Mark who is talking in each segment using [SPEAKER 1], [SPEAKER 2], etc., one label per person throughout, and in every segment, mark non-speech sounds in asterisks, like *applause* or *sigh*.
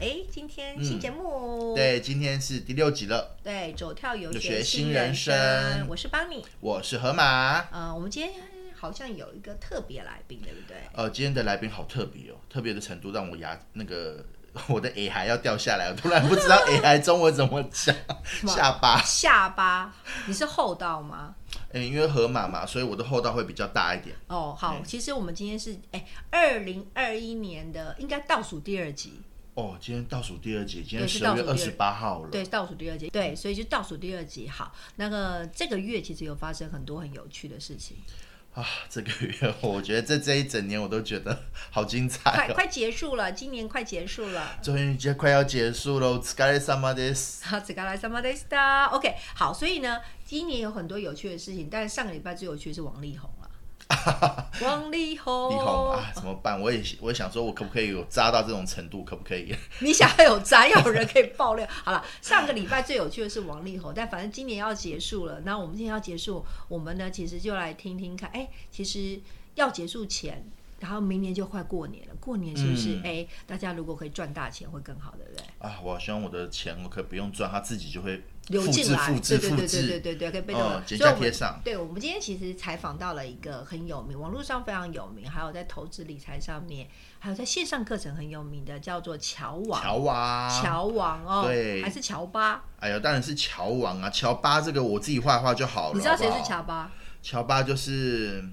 [SPEAKER 1] 哎天新节目。
[SPEAKER 2] 嗯
[SPEAKER 1] 哦
[SPEAKER 2] 对，今天是第六集了，
[SPEAKER 1] 对，走跳游
[SPEAKER 2] 有
[SPEAKER 1] 学
[SPEAKER 2] 学
[SPEAKER 1] 新
[SPEAKER 2] 新
[SPEAKER 1] 人
[SPEAKER 2] 人
[SPEAKER 1] 生
[SPEAKER 2] 生，
[SPEAKER 1] 我是邦尼。
[SPEAKER 2] 我是河马。
[SPEAKER 1] 呃，我们今天好像有一个特别来宾，对不对？
[SPEAKER 2] 呃，今天的来宾好特别哦，特别的程度让我牙那个 *laughs* 我的 A 还要掉下来，我突然不
[SPEAKER 1] *laughs*
[SPEAKER 2] 知道 A 还中文怎么讲，
[SPEAKER 1] 么
[SPEAKER 2] 下巴。
[SPEAKER 1] 下巴，你是厚道吗？
[SPEAKER 2] 嗯、因为河马嘛，所以我的后道会比较大一点。
[SPEAKER 1] 哦，好，
[SPEAKER 2] 嗯
[SPEAKER 1] 其实我们今天是哎，二零二一年的应该倒数第二集，
[SPEAKER 2] 哦，今天倒数第二集，今
[SPEAKER 1] 对
[SPEAKER 2] 天
[SPEAKER 1] 是
[SPEAKER 2] 十
[SPEAKER 1] 倒
[SPEAKER 2] 二
[SPEAKER 1] 数
[SPEAKER 2] 月
[SPEAKER 1] 第二
[SPEAKER 2] 二十八号了。
[SPEAKER 1] 对，倒数第二集，对，所以就倒数第二集。好，那个这个月其实有发生很多很有趣的事情，
[SPEAKER 2] 啊，这个月 *laughs* 我觉得这这一整年我都觉得好精彩
[SPEAKER 1] 快
[SPEAKER 2] 哦。
[SPEAKER 1] 快结束了，今年快结束了。
[SPEAKER 2] 终于就快要结束了，お疲れ様で
[SPEAKER 1] *laughs*
[SPEAKER 2] す。
[SPEAKER 1] 好，这个来什么的した。OK，好，所以呢，今年有很多有趣的事情，但是上个礼拜最有趣的是王力宏了。
[SPEAKER 2] *laughs*
[SPEAKER 1] 王力宏，
[SPEAKER 2] 力宏啊，怎么办？我也我也想说，我可不可以有扎到这种程度？可不可以？
[SPEAKER 1] *laughs* 你想要有宅，要有人可以爆料。 *laughs* 好了，上个礼拜最有趣的是王力宏，但反正今年要结束了，那我们今天要结束，我们呢其实就来听听看，哎、其实要结束前。然后明年就快过年了，过年是不是？
[SPEAKER 2] 嗯
[SPEAKER 1] 哎、大家如果可以赚大钱会更好，对不对？
[SPEAKER 2] 啊，我希望我的钱我可不用赚，他自己就会
[SPEAKER 1] 流
[SPEAKER 2] 复
[SPEAKER 1] 进
[SPEAKER 2] 制、
[SPEAKER 1] 来，
[SPEAKER 2] 复制、
[SPEAKER 1] 对
[SPEAKER 2] 复
[SPEAKER 1] 对对对对
[SPEAKER 2] 制。
[SPEAKER 1] 对对，可以被动的
[SPEAKER 2] 嗯，
[SPEAKER 1] 所
[SPEAKER 2] 剪
[SPEAKER 1] 以
[SPEAKER 2] 下
[SPEAKER 1] 我们
[SPEAKER 2] 贴上
[SPEAKER 1] 对，我们今天其实采访到了一个很有名，网络上非常有名，还有在投资理财上面，还有在线上课程很有名的，叫做乔王，
[SPEAKER 2] 乔娃，
[SPEAKER 1] 乔王哦，
[SPEAKER 2] 对
[SPEAKER 1] 还是乔巴？
[SPEAKER 2] 啊哎呀，当然是乔王啊！乔巴这个我自己画画就好了。
[SPEAKER 1] 你知道谁
[SPEAKER 2] 好
[SPEAKER 1] 是
[SPEAKER 2] 不好
[SPEAKER 1] 乔
[SPEAKER 2] *laughs*
[SPEAKER 1] 巴？
[SPEAKER 2] 乔巴？就是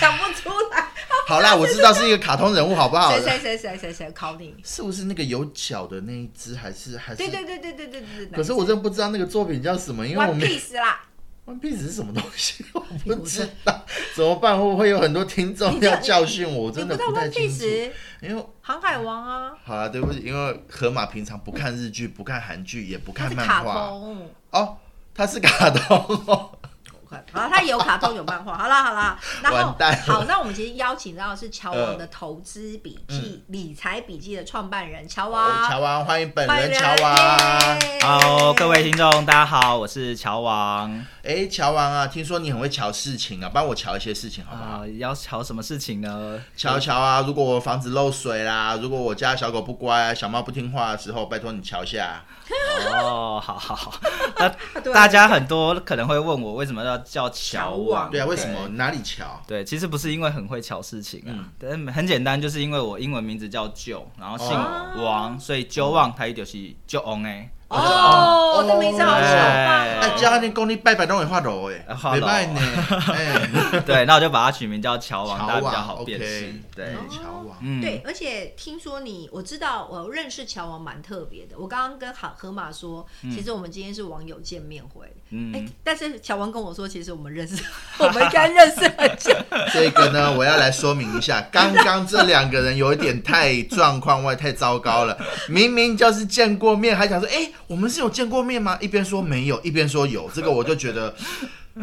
[SPEAKER 1] 讲不出来，
[SPEAKER 2] 好啦，我知道是一个卡通人物，好不 *laughs* 好
[SPEAKER 1] *laughs* 谁？谁谁谁谁谁考你？
[SPEAKER 2] 是不是那个有脚的那一只？还是还是？
[SPEAKER 1] 对对对对对对对对。
[SPEAKER 2] 可是我真的不知道那个作品叫什么，因为我
[SPEAKER 1] One
[SPEAKER 2] 没
[SPEAKER 1] Piece 啦，
[SPEAKER 2] One Piece 是什么东西，我不知道，怎么办？会不会有很多听众要教训我？我
[SPEAKER 1] 你
[SPEAKER 2] 真
[SPEAKER 1] 不
[SPEAKER 2] 的
[SPEAKER 1] 知道
[SPEAKER 2] 太
[SPEAKER 1] One
[SPEAKER 2] 清楚。
[SPEAKER 1] Piece
[SPEAKER 2] 因为
[SPEAKER 1] 航海王啊，
[SPEAKER 2] 好啦，对不起，因为河马平常不看日剧，不看韩剧，也不
[SPEAKER 1] 它
[SPEAKER 2] 看
[SPEAKER 1] 是
[SPEAKER 2] 漫
[SPEAKER 1] 卡
[SPEAKER 2] 画。
[SPEAKER 1] 通。
[SPEAKER 2] 哦，它是卡通哦。
[SPEAKER 1] 好，他也有卡通有漫
[SPEAKER 2] *laughs*
[SPEAKER 1] 画。好啦好啦，然后
[SPEAKER 2] 完蛋了
[SPEAKER 1] 好，那我们今天邀请到的是乔王的投资笔记、理财笔记的创办人乔王。
[SPEAKER 2] 嗯哦乔王，欢迎本
[SPEAKER 1] 欢迎
[SPEAKER 2] 人乔王。
[SPEAKER 1] 耶
[SPEAKER 3] Hello，各位听众，大家好，我是乔王。
[SPEAKER 2] 哎，乔王啊，听说你很会瞧事情啊，帮我瞧一些事情好不好？
[SPEAKER 3] 啊、要瞧什么事情呢？
[SPEAKER 2] 瞧瞧啊，如果我房子漏水啦，如果我家小狗不乖啊，小猫不听话的时候，拜托你瞧一下。
[SPEAKER 3] 哦，好
[SPEAKER 2] *laughs*
[SPEAKER 3] 好好。那
[SPEAKER 1] 对
[SPEAKER 2] 啊
[SPEAKER 3] 大家很多可能会问我，为什么要叫乔
[SPEAKER 1] 乔王
[SPEAKER 3] 王？
[SPEAKER 2] 对啊，为什么嗯哪里瞧？
[SPEAKER 3] 对？对，其实不是因为很会瞧事情啊，但很简单，就是因为我英文名字叫 Joe，然后姓
[SPEAKER 1] 哦
[SPEAKER 3] 王，所以 Joe 王它就是 Joe on 哎。
[SPEAKER 1] 哦，我
[SPEAKER 2] 哦
[SPEAKER 1] 的名字好巧
[SPEAKER 2] 哎，
[SPEAKER 1] 棒
[SPEAKER 3] 对
[SPEAKER 1] 哦！
[SPEAKER 2] 教安尼讲你拜拜拢会发抖诶，
[SPEAKER 3] *laughs* 啊发抖
[SPEAKER 2] 礼拜呢，哎，
[SPEAKER 3] 对，那我就把它取名叫乔王，
[SPEAKER 2] 乔
[SPEAKER 3] 大家比较
[SPEAKER 2] 王
[SPEAKER 3] *laughs* 好辨识。
[SPEAKER 2] ，OK，
[SPEAKER 3] 对，
[SPEAKER 2] 嗯乔王，
[SPEAKER 3] 嗯，
[SPEAKER 1] 对，而且听说你，我知道，我认识乔王蛮特别的。我刚刚跟河河马说，
[SPEAKER 2] 嗯
[SPEAKER 1] 其实我们今天是网友见面会，哎、
[SPEAKER 3] 嗯，
[SPEAKER 1] 但是乔王跟我说，其实我们认识， *laughs* 我们应该认识很久。
[SPEAKER 2] *laughs* 这个呢，我要来说明一下，刚刚这两个人有一点太状况外，太糟糕了，明明就是见过面，还想说，哎，我们是有见过面吗？一边说没有，一边说有，这个我就觉得。 *laughs*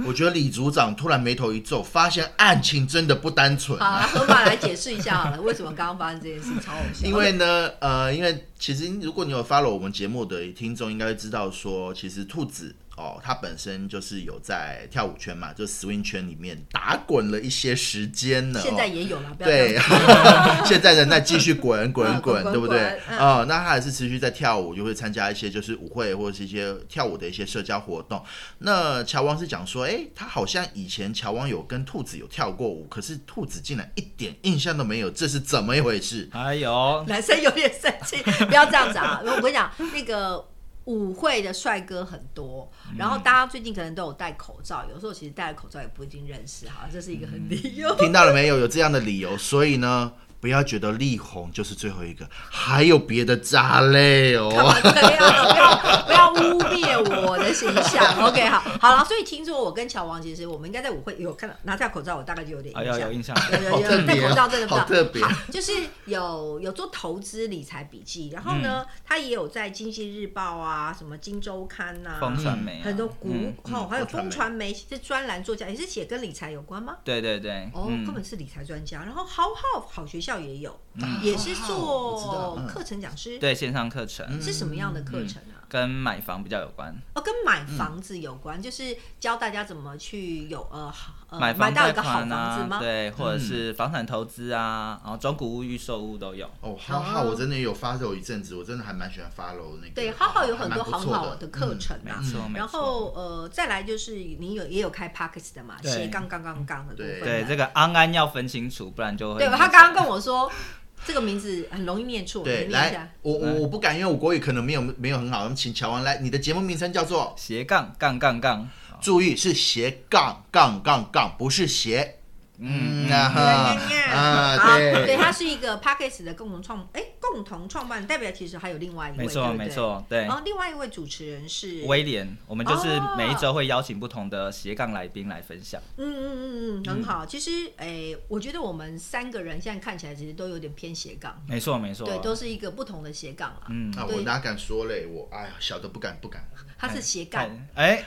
[SPEAKER 2] 我觉得李组长突然眉头一皱，发现案情真的不单纯
[SPEAKER 1] 好啦，河马来解释一下好了，为什么刚刚发生这件事，超好笑。
[SPEAKER 2] 因为呢，呃，因为其实如果你有 follow 我们节目的听众，应该会知道说，其实兔子哦，它本身就是有在跳舞圈嘛，就 swing 圈里面打滚了一些时间了、哦。
[SPEAKER 1] 现在也有了，不要
[SPEAKER 2] 对，现在人在继续滚滚滚，
[SPEAKER 1] 滚
[SPEAKER 2] 对不对
[SPEAKER 1] 滚？嗯
[SPEAKER 2] 哦，那他还是持续在跳舞，就会参加一些就是舞会或者是一些跳舞的一些社交活动。那乔王是讲说，哎，他好像以前乔王有跟兔子有跳过舞，可是兔子竟然一点印象都没有，这是怎么一回事？
[SPEAKER 3] 还有
[SPEAKER 1] 男生有点生气，不要这样子啊！我跟你讲，那个舞会的帅哥很多，然后大家最近可能都有戴口罩，有时候其实戴了口罩也不一定认识，哈，这是一个很理由。
[SPEAKER 2] 听到了没有？有这样的理由，所以呢，不要觉得力宏就是最后一个，还有别的渣类
[SPEAKER 1] 干
[SPEAKER 2] 哦。
[SPEAKER 1] 嘛这样？不要不要污蔑我的形象。OK，好，好了。所以听说我跟乔王，其实我们应该在舞会有看到拿下口罩，我大概就有点
[SPEAKER 3] 哎
[SPEAKER 1] 印
[SPEAKER 3] 呦，
[SPEAKER 1] 象
[SPEAKER 3] 有。印象。
[SPEAKER 1] 有有
[SPEAKER 2] 好特
[SPEAKER 1] 有，戴
[SPEAKER 2] 别哦
[SPEAKER 1] 口罩真的不知道
[SPEAKER 2] 好特别
[SPEAKER 1] 好就是有有做投资理财笔记，然后呢，
[SPEAKER 3] 嗯
[SPEAKER 1] 他也有在《经济日报》啊、什么《金周刊》呐、
[SPEAKER 3] 风传媒啊、
[SPEAKER 1] 很多股
[SPEAKER 3] 嗯
[SPEAKER 1] 哦，还有
[SPEAKER 2] 风传
[SPEAKER 1] 风传媒
[SPEAKER 2] 媒
[SPEAKER 1] 是专栏作家，也是写跟理财有关吗？
[SPEAKER 3] 对对对，
[SPEAKER 1] 哦，
[SPEAKER 3] 嗯
[SPEAKER 1] 根本是理财专家。然后好好好学校也有，也是
[SPEAKER 2] 好好我知道
[SPEAKER 1] 做
[SPEAKER 2] 嗯
[SPEAKER 1] 课程讲师，
[SPEAKER 3] 嗯对线上课程，
[SPEAKER 1] 是什么样的课程啊？
[SPEAKER 3] 跟买房比较有关。
[SPEAKER 1] 哦，跟买
[SPEAKER 3] 嗯
[SPEAKER 1] 房子有关，就是教大家怎么去有呃好呃
[SPEAKER 3] 买房
[SPEAKER 1] 到
[SPEAKER 3] 贷
[SPEAKER 1] 一个好
[SPEAKER 3] 款
[SPEAKER 1] 房子
[SPEAKER 3] 啊，
[SPEAKER 1] 吗？
[SPEAKER 3] 对，或者是房产投资啊，然后中古屋、预售屋都有。
[SPEAKER 2] 哦，浩浩，我真的有 follow 一阵子，我真的还蛮喜欢 follow 那个。
[SPEAKER 1] 对，浩浩有很多
[SPEAKER 2] 还蛮
[SPEAKER 1] 很
[SPEAKER 2] 不错嗯
[SPEAKER 1] 好的课程
[SPEAKER 3] 嗯没
[SPEAKER 1] 啊，
[SPEAKER 3] 错，没
[SPEAKER 1] 然
[SPEAKER 3] 错。
[SPEAKER 1] 后呃，再来就是你有也有开 Pockets 的嘛，
[SPEAKER 3] 对
[SPEAKER 1] 斜杠杠杠杠的部分
[SPEAKER 2] 对
[SPEAKER 1] 嘛。
[SPEAKER 3] 对这个安安要分清楚，不然就会
[SPEAKER 1] 对吧？他刚刚跟我说这个名字很容易念错，
[SPEAKER 2] 嗯对，
[SPEAKER 1] 你念一下
[SPEAKER 2] 来，我我我不敢，因为我国语可能没有没有很好。那么请乔王来，你的节目名称叫做，
[SPEAKER 3] 斜杠杠杠杠，
[SPEAKER 2] 注意是斜杠杠杠杠，不是斜。嗯啊哈
[SPEAKER 1] 好
[SPEAKER 2] 啊，
[SPEAKER 1] 对，
[SPEAKER 2] 对，
[SPEAKER 1] 它是一个 p a c k e s 的共同创，哎，共同创办代表其实还有另外一位，
[SPEAKER 3] 没错
[SPEAKER 1] 对不对
[SPEAKER 3] 没。错，对
[SPEAKER 1] 然。后另外一位主持人是，嗯
[SPEAKER 3] 威廉，我们就是
[SPEAKER 1] 哦
[SPEAKER 3] 每一周会邀请不同的斜杠来宾来分享。
[SPEAKER 1] 嗯嗯嗯，很好。其实，哎，我觉得我们三个人现在看起来其实都有点偏斜杠，
[SPEAKER 3] 没错没错，
[SPEAKER 1] 对，都是一个不同的斜杠啊。
[SPEAKER 3] 嗯，
[SPEAKER 2] 啊，我哪敢说嘞？我哎呀，小的不敢不敢。
[SPEAKER 1] 他是斜杠，
[SPEAKER 3] 哎，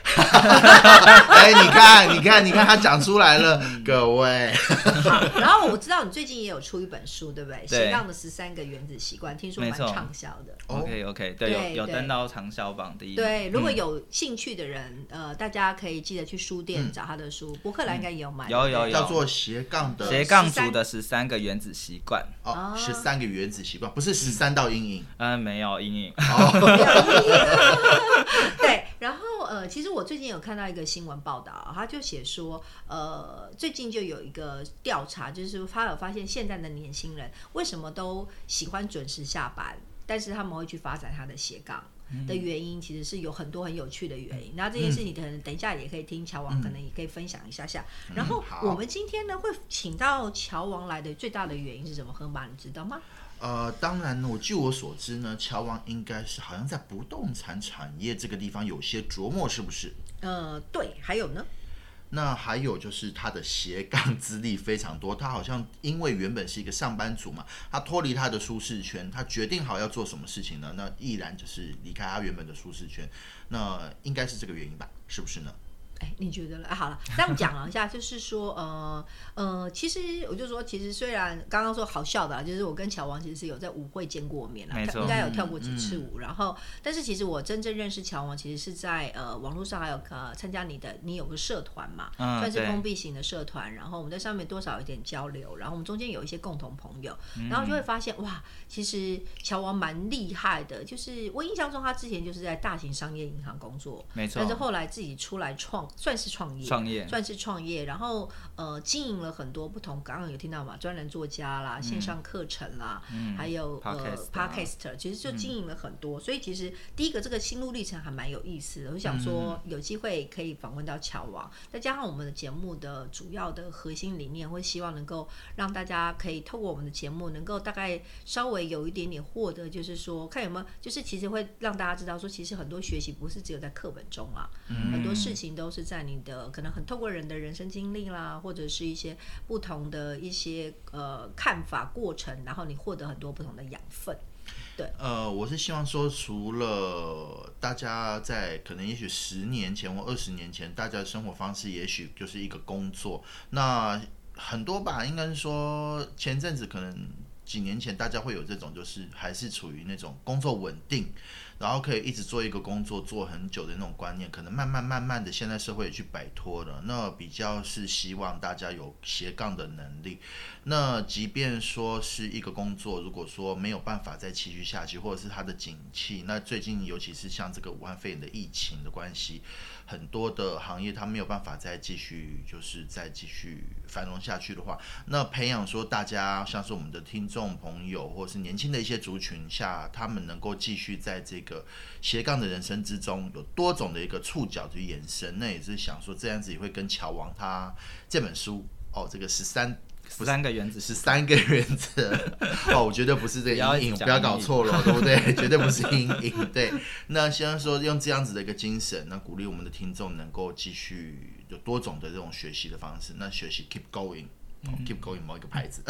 [SPEAKER 2] 哎，你看，你看，你看，他讲出来了，各位。 *laughs*
[SPEAKER 1] 好， *laughs* 然后我知道你最近也有出一本书，对不对？
[SPEAKER 3] 对
[SPEAKER 1] 斜杠的十三个原子习惯，听说蛮
[SPEAKER 3] 没错
[SPEAKER 1] 畅销的。
[SPEAKER 2] 哦，
[SPEAKER 3] OK OK，对，
[SPEAKER 1] 对
[SPEAKER 3] 有有
[SPEAKER 1] 对
[SPEAKER 3] 登到畅销榜第一。
[SPEAKER 1] 对，如果
[SPEAKER 3] 嗯
[SPEAKER 1] 有兴趣的人，呃，大家可以记得去书店找他的书，博客来应该也有卖。对
[SPEAKER 3] 有
[SPEAKER 1] 不对
[SPEAKER 3] 有有
[SPEAKER 2] 哦叫做斜杠的
[SPEAKER 3] 斜杠族的十三个原子习惯，
[SPEAKER 2] 哦，十三个原子习惯，不是十三道阴 *laughs* 影。哦
[SPEAKER 3] 嗯，没有阴影，
[SPEAKER 1] 对，然后呃，其实我最近有看到一个新闻报道，他就写说，呃，最近就有一个调查，就是他有发现现在的年轻人为什么都喜欢准时下班，但是他们会去发展他的斜杠。的原因其实是有很多很有趣的原因，那这件事情可能等一下也可以听乔王，可能也可以分享一下下。然后
[SPEAKER 2] 好
[SPEAKER 1] 我们今天呢会请到乔王来的最大的原因是什么？河马，你知道吗？
[SPEAKER 2] 呃，当然呢，我据我所知呢，乔王应该是好像在不动产产业这个地方有些琢磨，是不是？
[SPEAKER 1] 呃，对，还有呢，
[SPEAKER 2] 那还有就是他的斜杠资历非常多，他好像因为原本是一个上班族嘛，他脱离他的舒适圈，他决定好要做什么事情呢？那毅然就是离开他原本的舒适圈，那应该是这个原因吧？是不是呢？
[SPEAKER 1] 哎，你觉得呢？啊、好了，这样讲了一下，就是说，呃呃，其实我就说，其实虽然刚刚说好笑的啦，就是我跟乔王其实是有在舞会见过面啦，
[SPEAKER 3] 没错嗯
[SPEAKER 1] 应该有跳过几次舞。然后，但是其实我真正认识乔王，其实是在呃网络上还有呃参加你的，你有个社团嘛，
[SPEAKER 3] 嗯
[SPEAKER 1] 算是
[SPEAKER 3] 对
[SPEAKER 1] 封闭型的社团。然后我们在上面多少有点交流，然后我们中间有一些共同朋友，
[SPEAKER 3] 嗯
[SPEAKER 1] 然后就会发现哇，其实乔王蛮厉害的。就是我印象中他之前就是在大型商业银行工作，
[SPEAKER 3] 没错
[SPEAKER 1] 但是后来自己出来创，算是创业，
[SPEAKER 3] 创业
[SPEAKER 1] 算是创业，然后呃，经营了很多不同，刚刚有听到嘛，专栏作家啦，线上课程啦，还有呃
[SPEAKER 3] Podcast 啊
[SPEAKER 1] podcast，其实就经营了很多。所以其实第一个这个心路历程还蛮有意思的。我想说有机会可以访问到乔王，再加上我们的节目的主要的核心理念，会希望能够让大家可以透过我们的节目，能够大概稍微有一点点获得，就是说看有没有，就是其实会让大家知道说，其实很多学习不是只有在课本中啊，很多事情都是在你的可能很透过人的人生经历啦，或者是一些不同的一些呃看法过程，然后你获得很多不同的养分。
[SPEAKER 2] 呃，我是希望说，除了大家在可能也许十年前或二十年前，大家的生活方式也许就是一个工作，那很多吧，应该是说前阵子可能几年前大家会有这种，就是还是处于那种工作稳定，然后可以一直做一个工作做很久的那种观念，可能慢慢慢慢的现在社会也去摆脱了，那比较是希望大家有斜杠的能力。那即便说是一个工作，如果说没有办法再持续下去，或者是它的景气，那最近尤其是像这个武汉肺炎的疫情的关系，很多的行业它没有办法再继续就是再继续繁荣下去的话，那培养说大家像是我们的听众朋友，或是年轻的一些族群下，他们能够继续在这个斜杠的人生之中有多种的一个触角去延伸，那也是想说这样子也会跟乔王他这本书哦，这个十三。
[SPEAKER 3] 十三个原子
[SPEAKER 2] 十
[SPEAKER 3] 习
[SPEAKER 2] 三个原则哦，我绝对不是这
[SPEAKER 3] 不要
[SPEAKER 2] 个阴影，
[SPEAKER 3] 讲
[SPEAKER 2] 不要搞错了，对不对？ *laughs* 绝对不是阴影。对，那先说用这样子的一个精神，那鼓励我们的听众能够继续有多种的这种学习的方式，那学习 keep going。哦 Keep going 某一个牌子，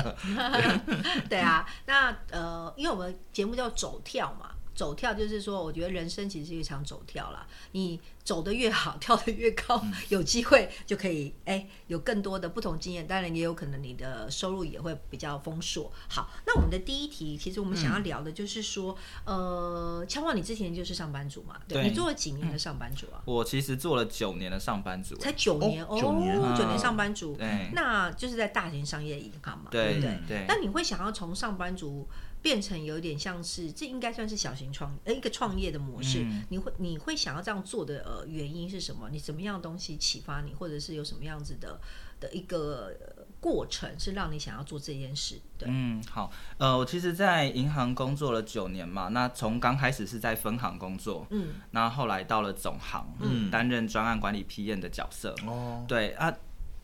[SPEAKER 1] 对啊，那呃，因为我们节目叫走跳嘛，走跳就是说，我觉得人生其实是一场走跳啦，你走得越好，跳得越高， *laughs* 有机会就可以哎、有更多的不同经验，当然也有可能你的收入也会比较丰硕。好，那我们的第一题，其实我们想要聊的就是说，呃，强旺你之前就是上班族嘛，对
[SPEAKER 3] 对嗯
[SPEAKER 1] 你做了几年的上班族啊？
[SPEAKER 3] 我其实做了九年的上班族，
[SPEAKER 1] 才九年
[SPEAKER 2] 哦九年
[SPEAKER 1] 哦
[SPEAKER 3] 嗯
[SPEAKER 1] 九年上班族，
[SPEAKER 3] 对
[SPEAKER 1] 那就是在大型商业银行嘛，
[SPEAKER 3] 对
[SPEAKER 1] 不嗯对？
[SPEAKER 3] 对
[SPEAKER 1] 那你会想要从上班族变成有点像是，这应该算是小型创呃一个创业的模式。
[SPEAKER 3] 嗯
[SPEAKER 1] 你会你会想要这样做的呃原因是什么？你怎么样的东西启发你，或者是有什么样子的的一个呃过程是让你想要做这件事？对，
[SPEAKER 3] 嗯，好，呃，我其实，在银行工作了九年嘛，那从刚开始是在分行工作，
[SPEAKER 1] 嗯，
[SPEAKER 3] 那后来到了总行，
[SPEAKER 2] 嗯
[SPEAKER 3] 担任专案管理 P N 的角色。
[SPEAKER 2] *laughs* 哦，
[SPEAKER 3] 对啊，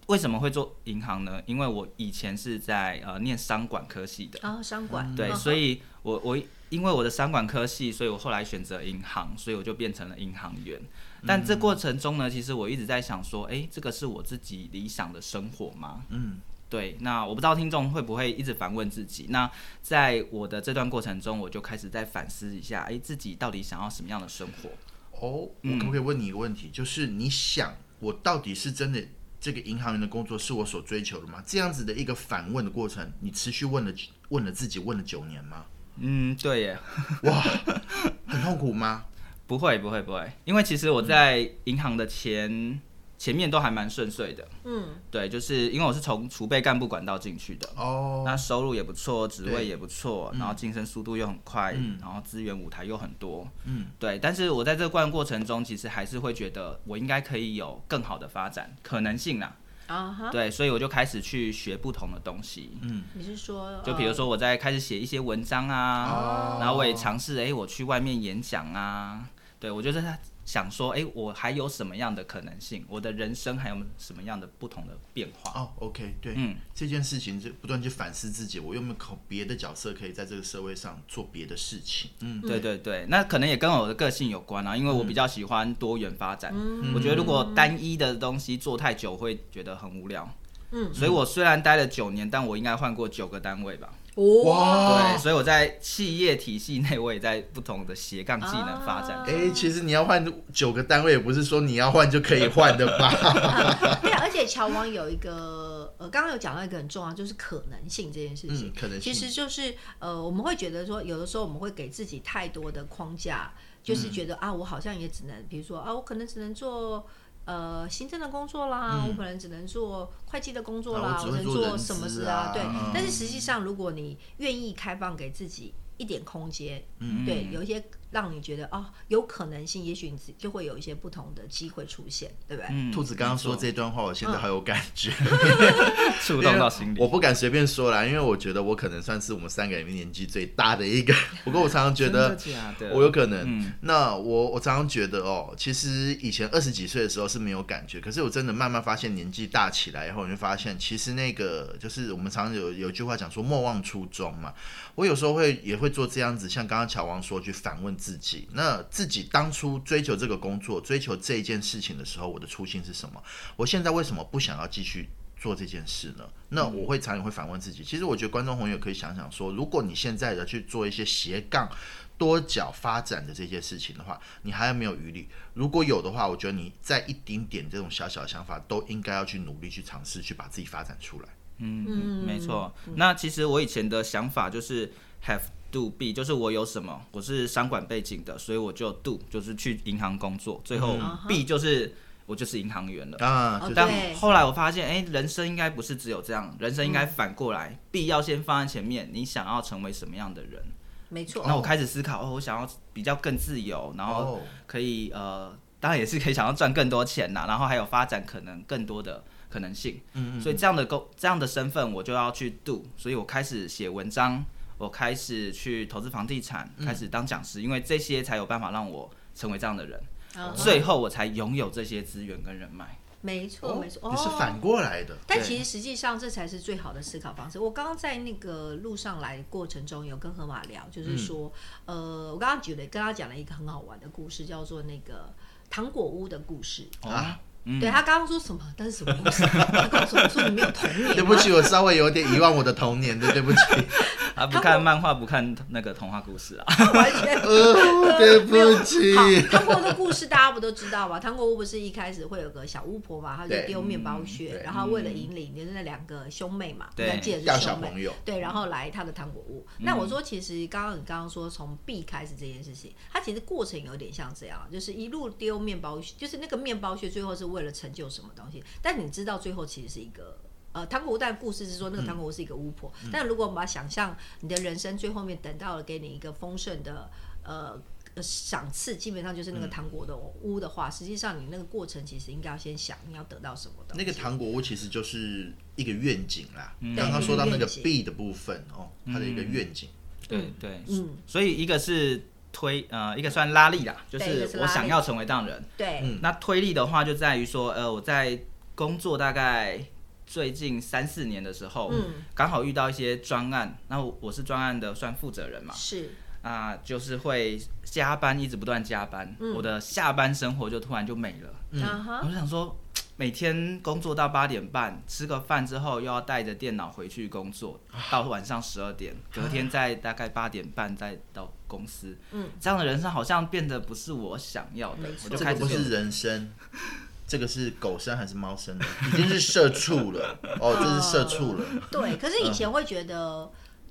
[SPEAKER 3] 为什么会做银行呢？因为我以前是在呃念商管科系的，
[SPEAKER 1] 然后商管、
[SPEAKER 3] 对，
[SPEAKER 1] 嗯
[SPEAKER 3] 所以我我因为我的商管科系，所以我后来选择银行，所以我就变成了银行员。但这过程中呢，其实我一直在想说，诶，这个是我自己理想的生活吗？
[SPEAKER 2] 嗯，
[SPEAKER 3] 对，那我不知道听众会不会一直反问自己。那在我的这段过程中，我就开始在反思一下，诶，自己到底想要什么样的生活？
[SPEAKER 2] 哦，我可不可以问你一个问题？就是你想，我到底是真的这个银行员的工作是我所追求的吗？这样子的一个反问的过程，你持续问了问了自己问了九年吗？
[SPEAKER 3] 嗯，对耶，
[SPEAKER 2] 很痛苦吗？
[SPEAKER 3] 不会，不会，不会，因为其实我在银行的前前面都还蛮顺遂的。
[SPEAKER 1] 嗯，
[SPEAKER 3] 对，就是因为我是从储备干部管道进去的，
[SPEAKER 2] 哦，
[SPEAKER 3] 那收入也不错，职
[SPEAKER 2] 对
[SPEAKER 3] 位也不错，然后晋升速度又很快，
[SPEAKER 2] 嗯
[SPEAKER 3] 然后资源舞台又很多，
[SPEAKER 2] 嗯，
[SPEAKER 3] 对。但是我在这段过程中，其实还是会觉得我应该可以有更好的发展可能性啦，
[SPEAKER 1] 啊哈，
[SPEAKER 3] 对，所以我就开始去学不同的东西，
[SPEAKER 2] 嗯
[SPEAKER 1] 你是说
[SPEAKER 3] 嗯就比如
[SPEAKER 1] 呃
[SPEAKER 3] 说我在开始写一些文章
[SPEAKER 2] 哦
[SPEAKER 3] 啊，然后我也尝试哎我去外面演讲啊，对我就是想说哎、我还有什么样的可能性，我的人生还有什么样的不同的变化，
[SPEAKER 2] 哦，OK，对，
[SPEAKER 3] 嗯
[SPEAKER 2] 这件事情就不断去反思自己，我有没有考别的角色可以在这个社会上做别的事情？嗯，
[SPEAKER 3] 对对对，那可能也跟我的个性有关啊，因为我比较喜欢多元发展。我觉得如果单一的东西做太久，会觉得很无聊。
[SPEAKER 1] 嗯，
[SPEAKER 3] 所以我虽然待了九年，但我应该换过九个单位吧。
[SPEAKER 1] 哇，
[SPEAKER 2] 哇，
[SPEAKER 3] 对，所以我在企业体系内，我也在不同的斜杠技能发展。
[SPEAKER 1] 啊
[SPEAKER 2] 哎、其实你要换九个单位，也不是说你要换就可以换的吧？
[SPEAKER 1] 对啊，而且乔王有一个呃，刚刚有讲到一个很重要，就是可能性这件事情。
[SPEAKER 2] 嗯，可能
[SPEAKER 1] 其实
[SPEAKER 2] 性。
[SPEAKER 1] 就是呃，我们会觉得说，有的时候我们会给自己太多的框架，就是
[SPEAKER 2] 嗯
[SPEAKER 1] 觉得、啊，我好像也只能，比如说啊，我可能只能做。呃，行政的工作啦，我可能只能做会计的工作啦，
[SPEAKER 2] 嗯啊我只
[SPEAKER 1] 我
[SPEAKER 2] 会
[SPEAKER 1] 能
[SPEAKER 2] 做人
[SPEAKER 1] 什么
[SPEAKER 2] 资
[SPEAKER 1] 事
[SPEAKER 2] 啊
[SPEAKER 1] 对，
[SPEAKER 2] 嗯
[SPEAKER 1] 但是实际上，如果你愿意开放给自己一点空间，
[SPEAKER 3] 嗯
[SPEAKER 1] 对，有一些让你觉得哦，有可能性，也许你自就会有一些不同的机会出现，对不对？
[SPEAKER 3] 嗯
[SPEAKER 2] 兔子刚刚说
[SPEAKER 3] 没
[SPEAKER 2] 这段话，我现在好有感觉，
[SPEAKER 3] 错 *laughs* 触动到心
[SPEAKER 2] 我
[SPEAKER 3] 里。
[SPEAKER 2] 不敢随便说啦，因为我觉得我可能算是我们三个里面年纪最大的一个。不过我常常觉
[SPEAKER 3] 真
[SPEAKER 2] 得
[SPEAKER 3] 的假的？
[SPEAKER 2] 我有可能。
[SPEAKER 3] 嗯
[SPEAKER 2] 那我我常常觉得哦，其实以前二十几岁的时候是没有感觉，可是我真的慢慢发现年纪大起来以后，你会发现其实那个就是我们常常有有句话讲说莫忘初衷嘛。我有时候会也会做这样子，像刚刚乔王说去反问自己，那自己当初追求这个工作、追求这一件事情的时候，我的初心是什么？我现在为什么不想要继续做这件事
[SPEAKER 3] 嗯
[SPEAKER 2] 呢？那我会常常会反问自己。其实我觉得观众朋友可以想想说，如果你现在的去做一些斜杠、多角发展的这些事情的话，你还有没有余力？如果有的话，我觉得你在一丁点这种小小的想法，都应该要去努力去尝试，去把自己发展出来。
[SPEAKER 3] 嗯，没错。那其实我以前的想法就是 have do be，就是我有什么，我是商管背景的，所以我就 do 就是去银行工作，最后
[SPEAKER 1] 嗯
[SPEAKER 3] be 就是我就是银行员了。
[SPEAKER 2] 啊，
[SPEAKER 1] 哦
[SPEAKER 2] 就是
[SPEAKER 3] 但
[SPEAKER 1] 对
[SPEAKER 3] 后来我发现，哎、人生应该不是只有这样，人生应该反过来，be 要先放在前面，你想要成为什么样的人？
[SPEAKER 1] 没错。
[SPEAKER 3] 那我开始思考，哦，我想要比较更自由，然后
[SPEAKER 2] 哦
[SPEAKER 3] 可以呃，当然也是可以想要赚更多钱呐，然 *laughs* 后还有发展可能更多的可能性。嗯所以这样的工这样的身份我就要去 do，所以我开始写文章，我开始去投资房地产，
[SPEAKER 1] 嗯
[SPEAKER 3] 开始当讲师，因为这些才有办法让我成为这样的人，
[SPEAKER 2] 哦
[SPEAKER 1] 啊
[SPEAKER 3] 最后我才拥有这些资源跟
[SPEAKER 1] *laughs*
[SPEAKER 3] 人脉。
[SPEAKER 1] 没错，没错，
[SPEAKER 2] 哦你是反过来的。
[SPEAKER 1] 但
[SPEAKER 3] 对
[SPEAKER 1] 其实实际上，这才是最好的思考方式。我刚刚在那个路上来的过程中，有跟河马聊，
[SPEAKER 2] 嗯
[SPEAKER 1] 就是说，呃，我刚刚举了跟他讲了一个很好玩的故事，叫做那个糖果屋的故事。
[SPEAKER 3] 啊，
[SPEAKER 1] 对
[SPEAKER 2] 嗯
[SPEAKER 1] 他刚刚说什么？但是什么东西？他跟我说：“我说你没有童年。”
[SPEAKER 2] 对不起，我稍微有点遗忘我的童年的，对不起，
[SPEAKER 3] 啊，不看漫画，不看那个童话故
[SPEAKER 1] *laughs*
[SPEAKER 3] 事啊。
[SPEAKER 1] *laughs* 完全
[SPEAKER 2] 呃，对不起。
[SPEAKER 1] 好，糖果的故事大家不都知道吧？糖果屋不是一开始会有个小巫婆嘛，她就
[SPEAKER 2] 对
[SPEAKER 1] 丢面包
[SPEAKER 2] 嗯
[SPEAKER 1] 屑
[SPEAKER 2] 对，
[SPEAKER 1] 然后为了引领就是那两个兄妹嘛，
[SPEAKER 3] 对
[SPEAKER 1] 应该记得
[SPEAKER 2] 要
[SPEAKER 1] 是
[SPEAKER 2] 小
[SPEAKER 1] 兄妹
[SPEAKER 2] 朋。友，嗯
[SPEAKER 1] 对，然后来他的糖果屋。那我说，其实刚刚你刚刚说从 B 开始这件事情，它其实过程有点像这样，就是一路丢面包屑，就是那个面包屑最后是为了成就什么东西，但你知道最后其实是一个。呃，糖果屋但故事是说
[SPEAKER 2] 嗯
[SPEAKER 1] 那个糖果屋是一个巫婆，但如果我们把想象你的人生最后面等到了给你一个丰盛的呃呃赏赐，基本上就是那
[SPEAKER 2] 嗯
[SPEAKER 1] 个糖果的屋的话，实际上你那个过程其实应该要先想你要得到什么东西。
[SPEAKER 2] 那个糖果屋其实就是一个愿景啦。
[SPEAKER 1] 对
[SPEAKER 2] 刚刚说到那个
[SPEAKER 1] 一个愿景
[SPEAKER 2] B 的部分哦，它的一个愿景。
[SPEAKER 3] 对对，
[SPEAKER 1] 嗯
[SPEAKER 3] 所以一个是推呃，一个算拉力啦，就
[SPEAKER 1] 对一个
[SPEAKER 3] 是
[SPEAKER 1] 是拉
[SPEAKER 3] 我
[SPEAKER 1] 力
[SPEAKER 3] 想要成为这样的人。
[SPEAKER 1] 对，
[SPEAKER 2] 嗯
[SPEAKER 3] 那推力的话，就在于说，呃，我在工作大概最近三四年的时候，
[SPEAKER 1] 嗯
[SPEAKER 3] 刚好遇到一些专案，那我我是专案的算负责
[SPEAKER 2] 嗯
[SPEAKER 3] 人嘛，
[SPEAKER 1] 是
[SPEAKER 3] 啊、就是会加班，一直不断加班，我的下班生活就突然就没了。
[SPEAKER 1] 嗯
[SPEAKER 2] 嗯
[SPEAKER 1] 啊哈
[SPEAKER 3] 我就想说，每天工作到八点半，吃个饭之后又要带着电脑回去工作，
[SPEAKER 2] 啊
[SPEAKER 3] 到晚上十二点，隔天再大概八点半再到公司。
[SPEAKER 1] 嗯，
[SPEAKER 3] 这样的人生好像变得不是我想要的
[SPEAKER 1] 没，错
[SPEAKER 3] 我就
[SPEAKER 2] 这个
[SPEAKER 3] 开始
[SPEAKER 2] 不
[SPEAKER 3] 变
[SPEAKER 2] 是
[SPEAKER 3] 得
[SPEAKER 2] 人生，这个是狗生还是猫生的？已经是社畜了，哦，这是社畜
[SPEAKER 3] *laughs*
[SPEAKER 2] 了。
[SPEAKER 1] 对，可是
[SPEAKER 3] 嗯
[SPEAKER 1] 以前会觉得，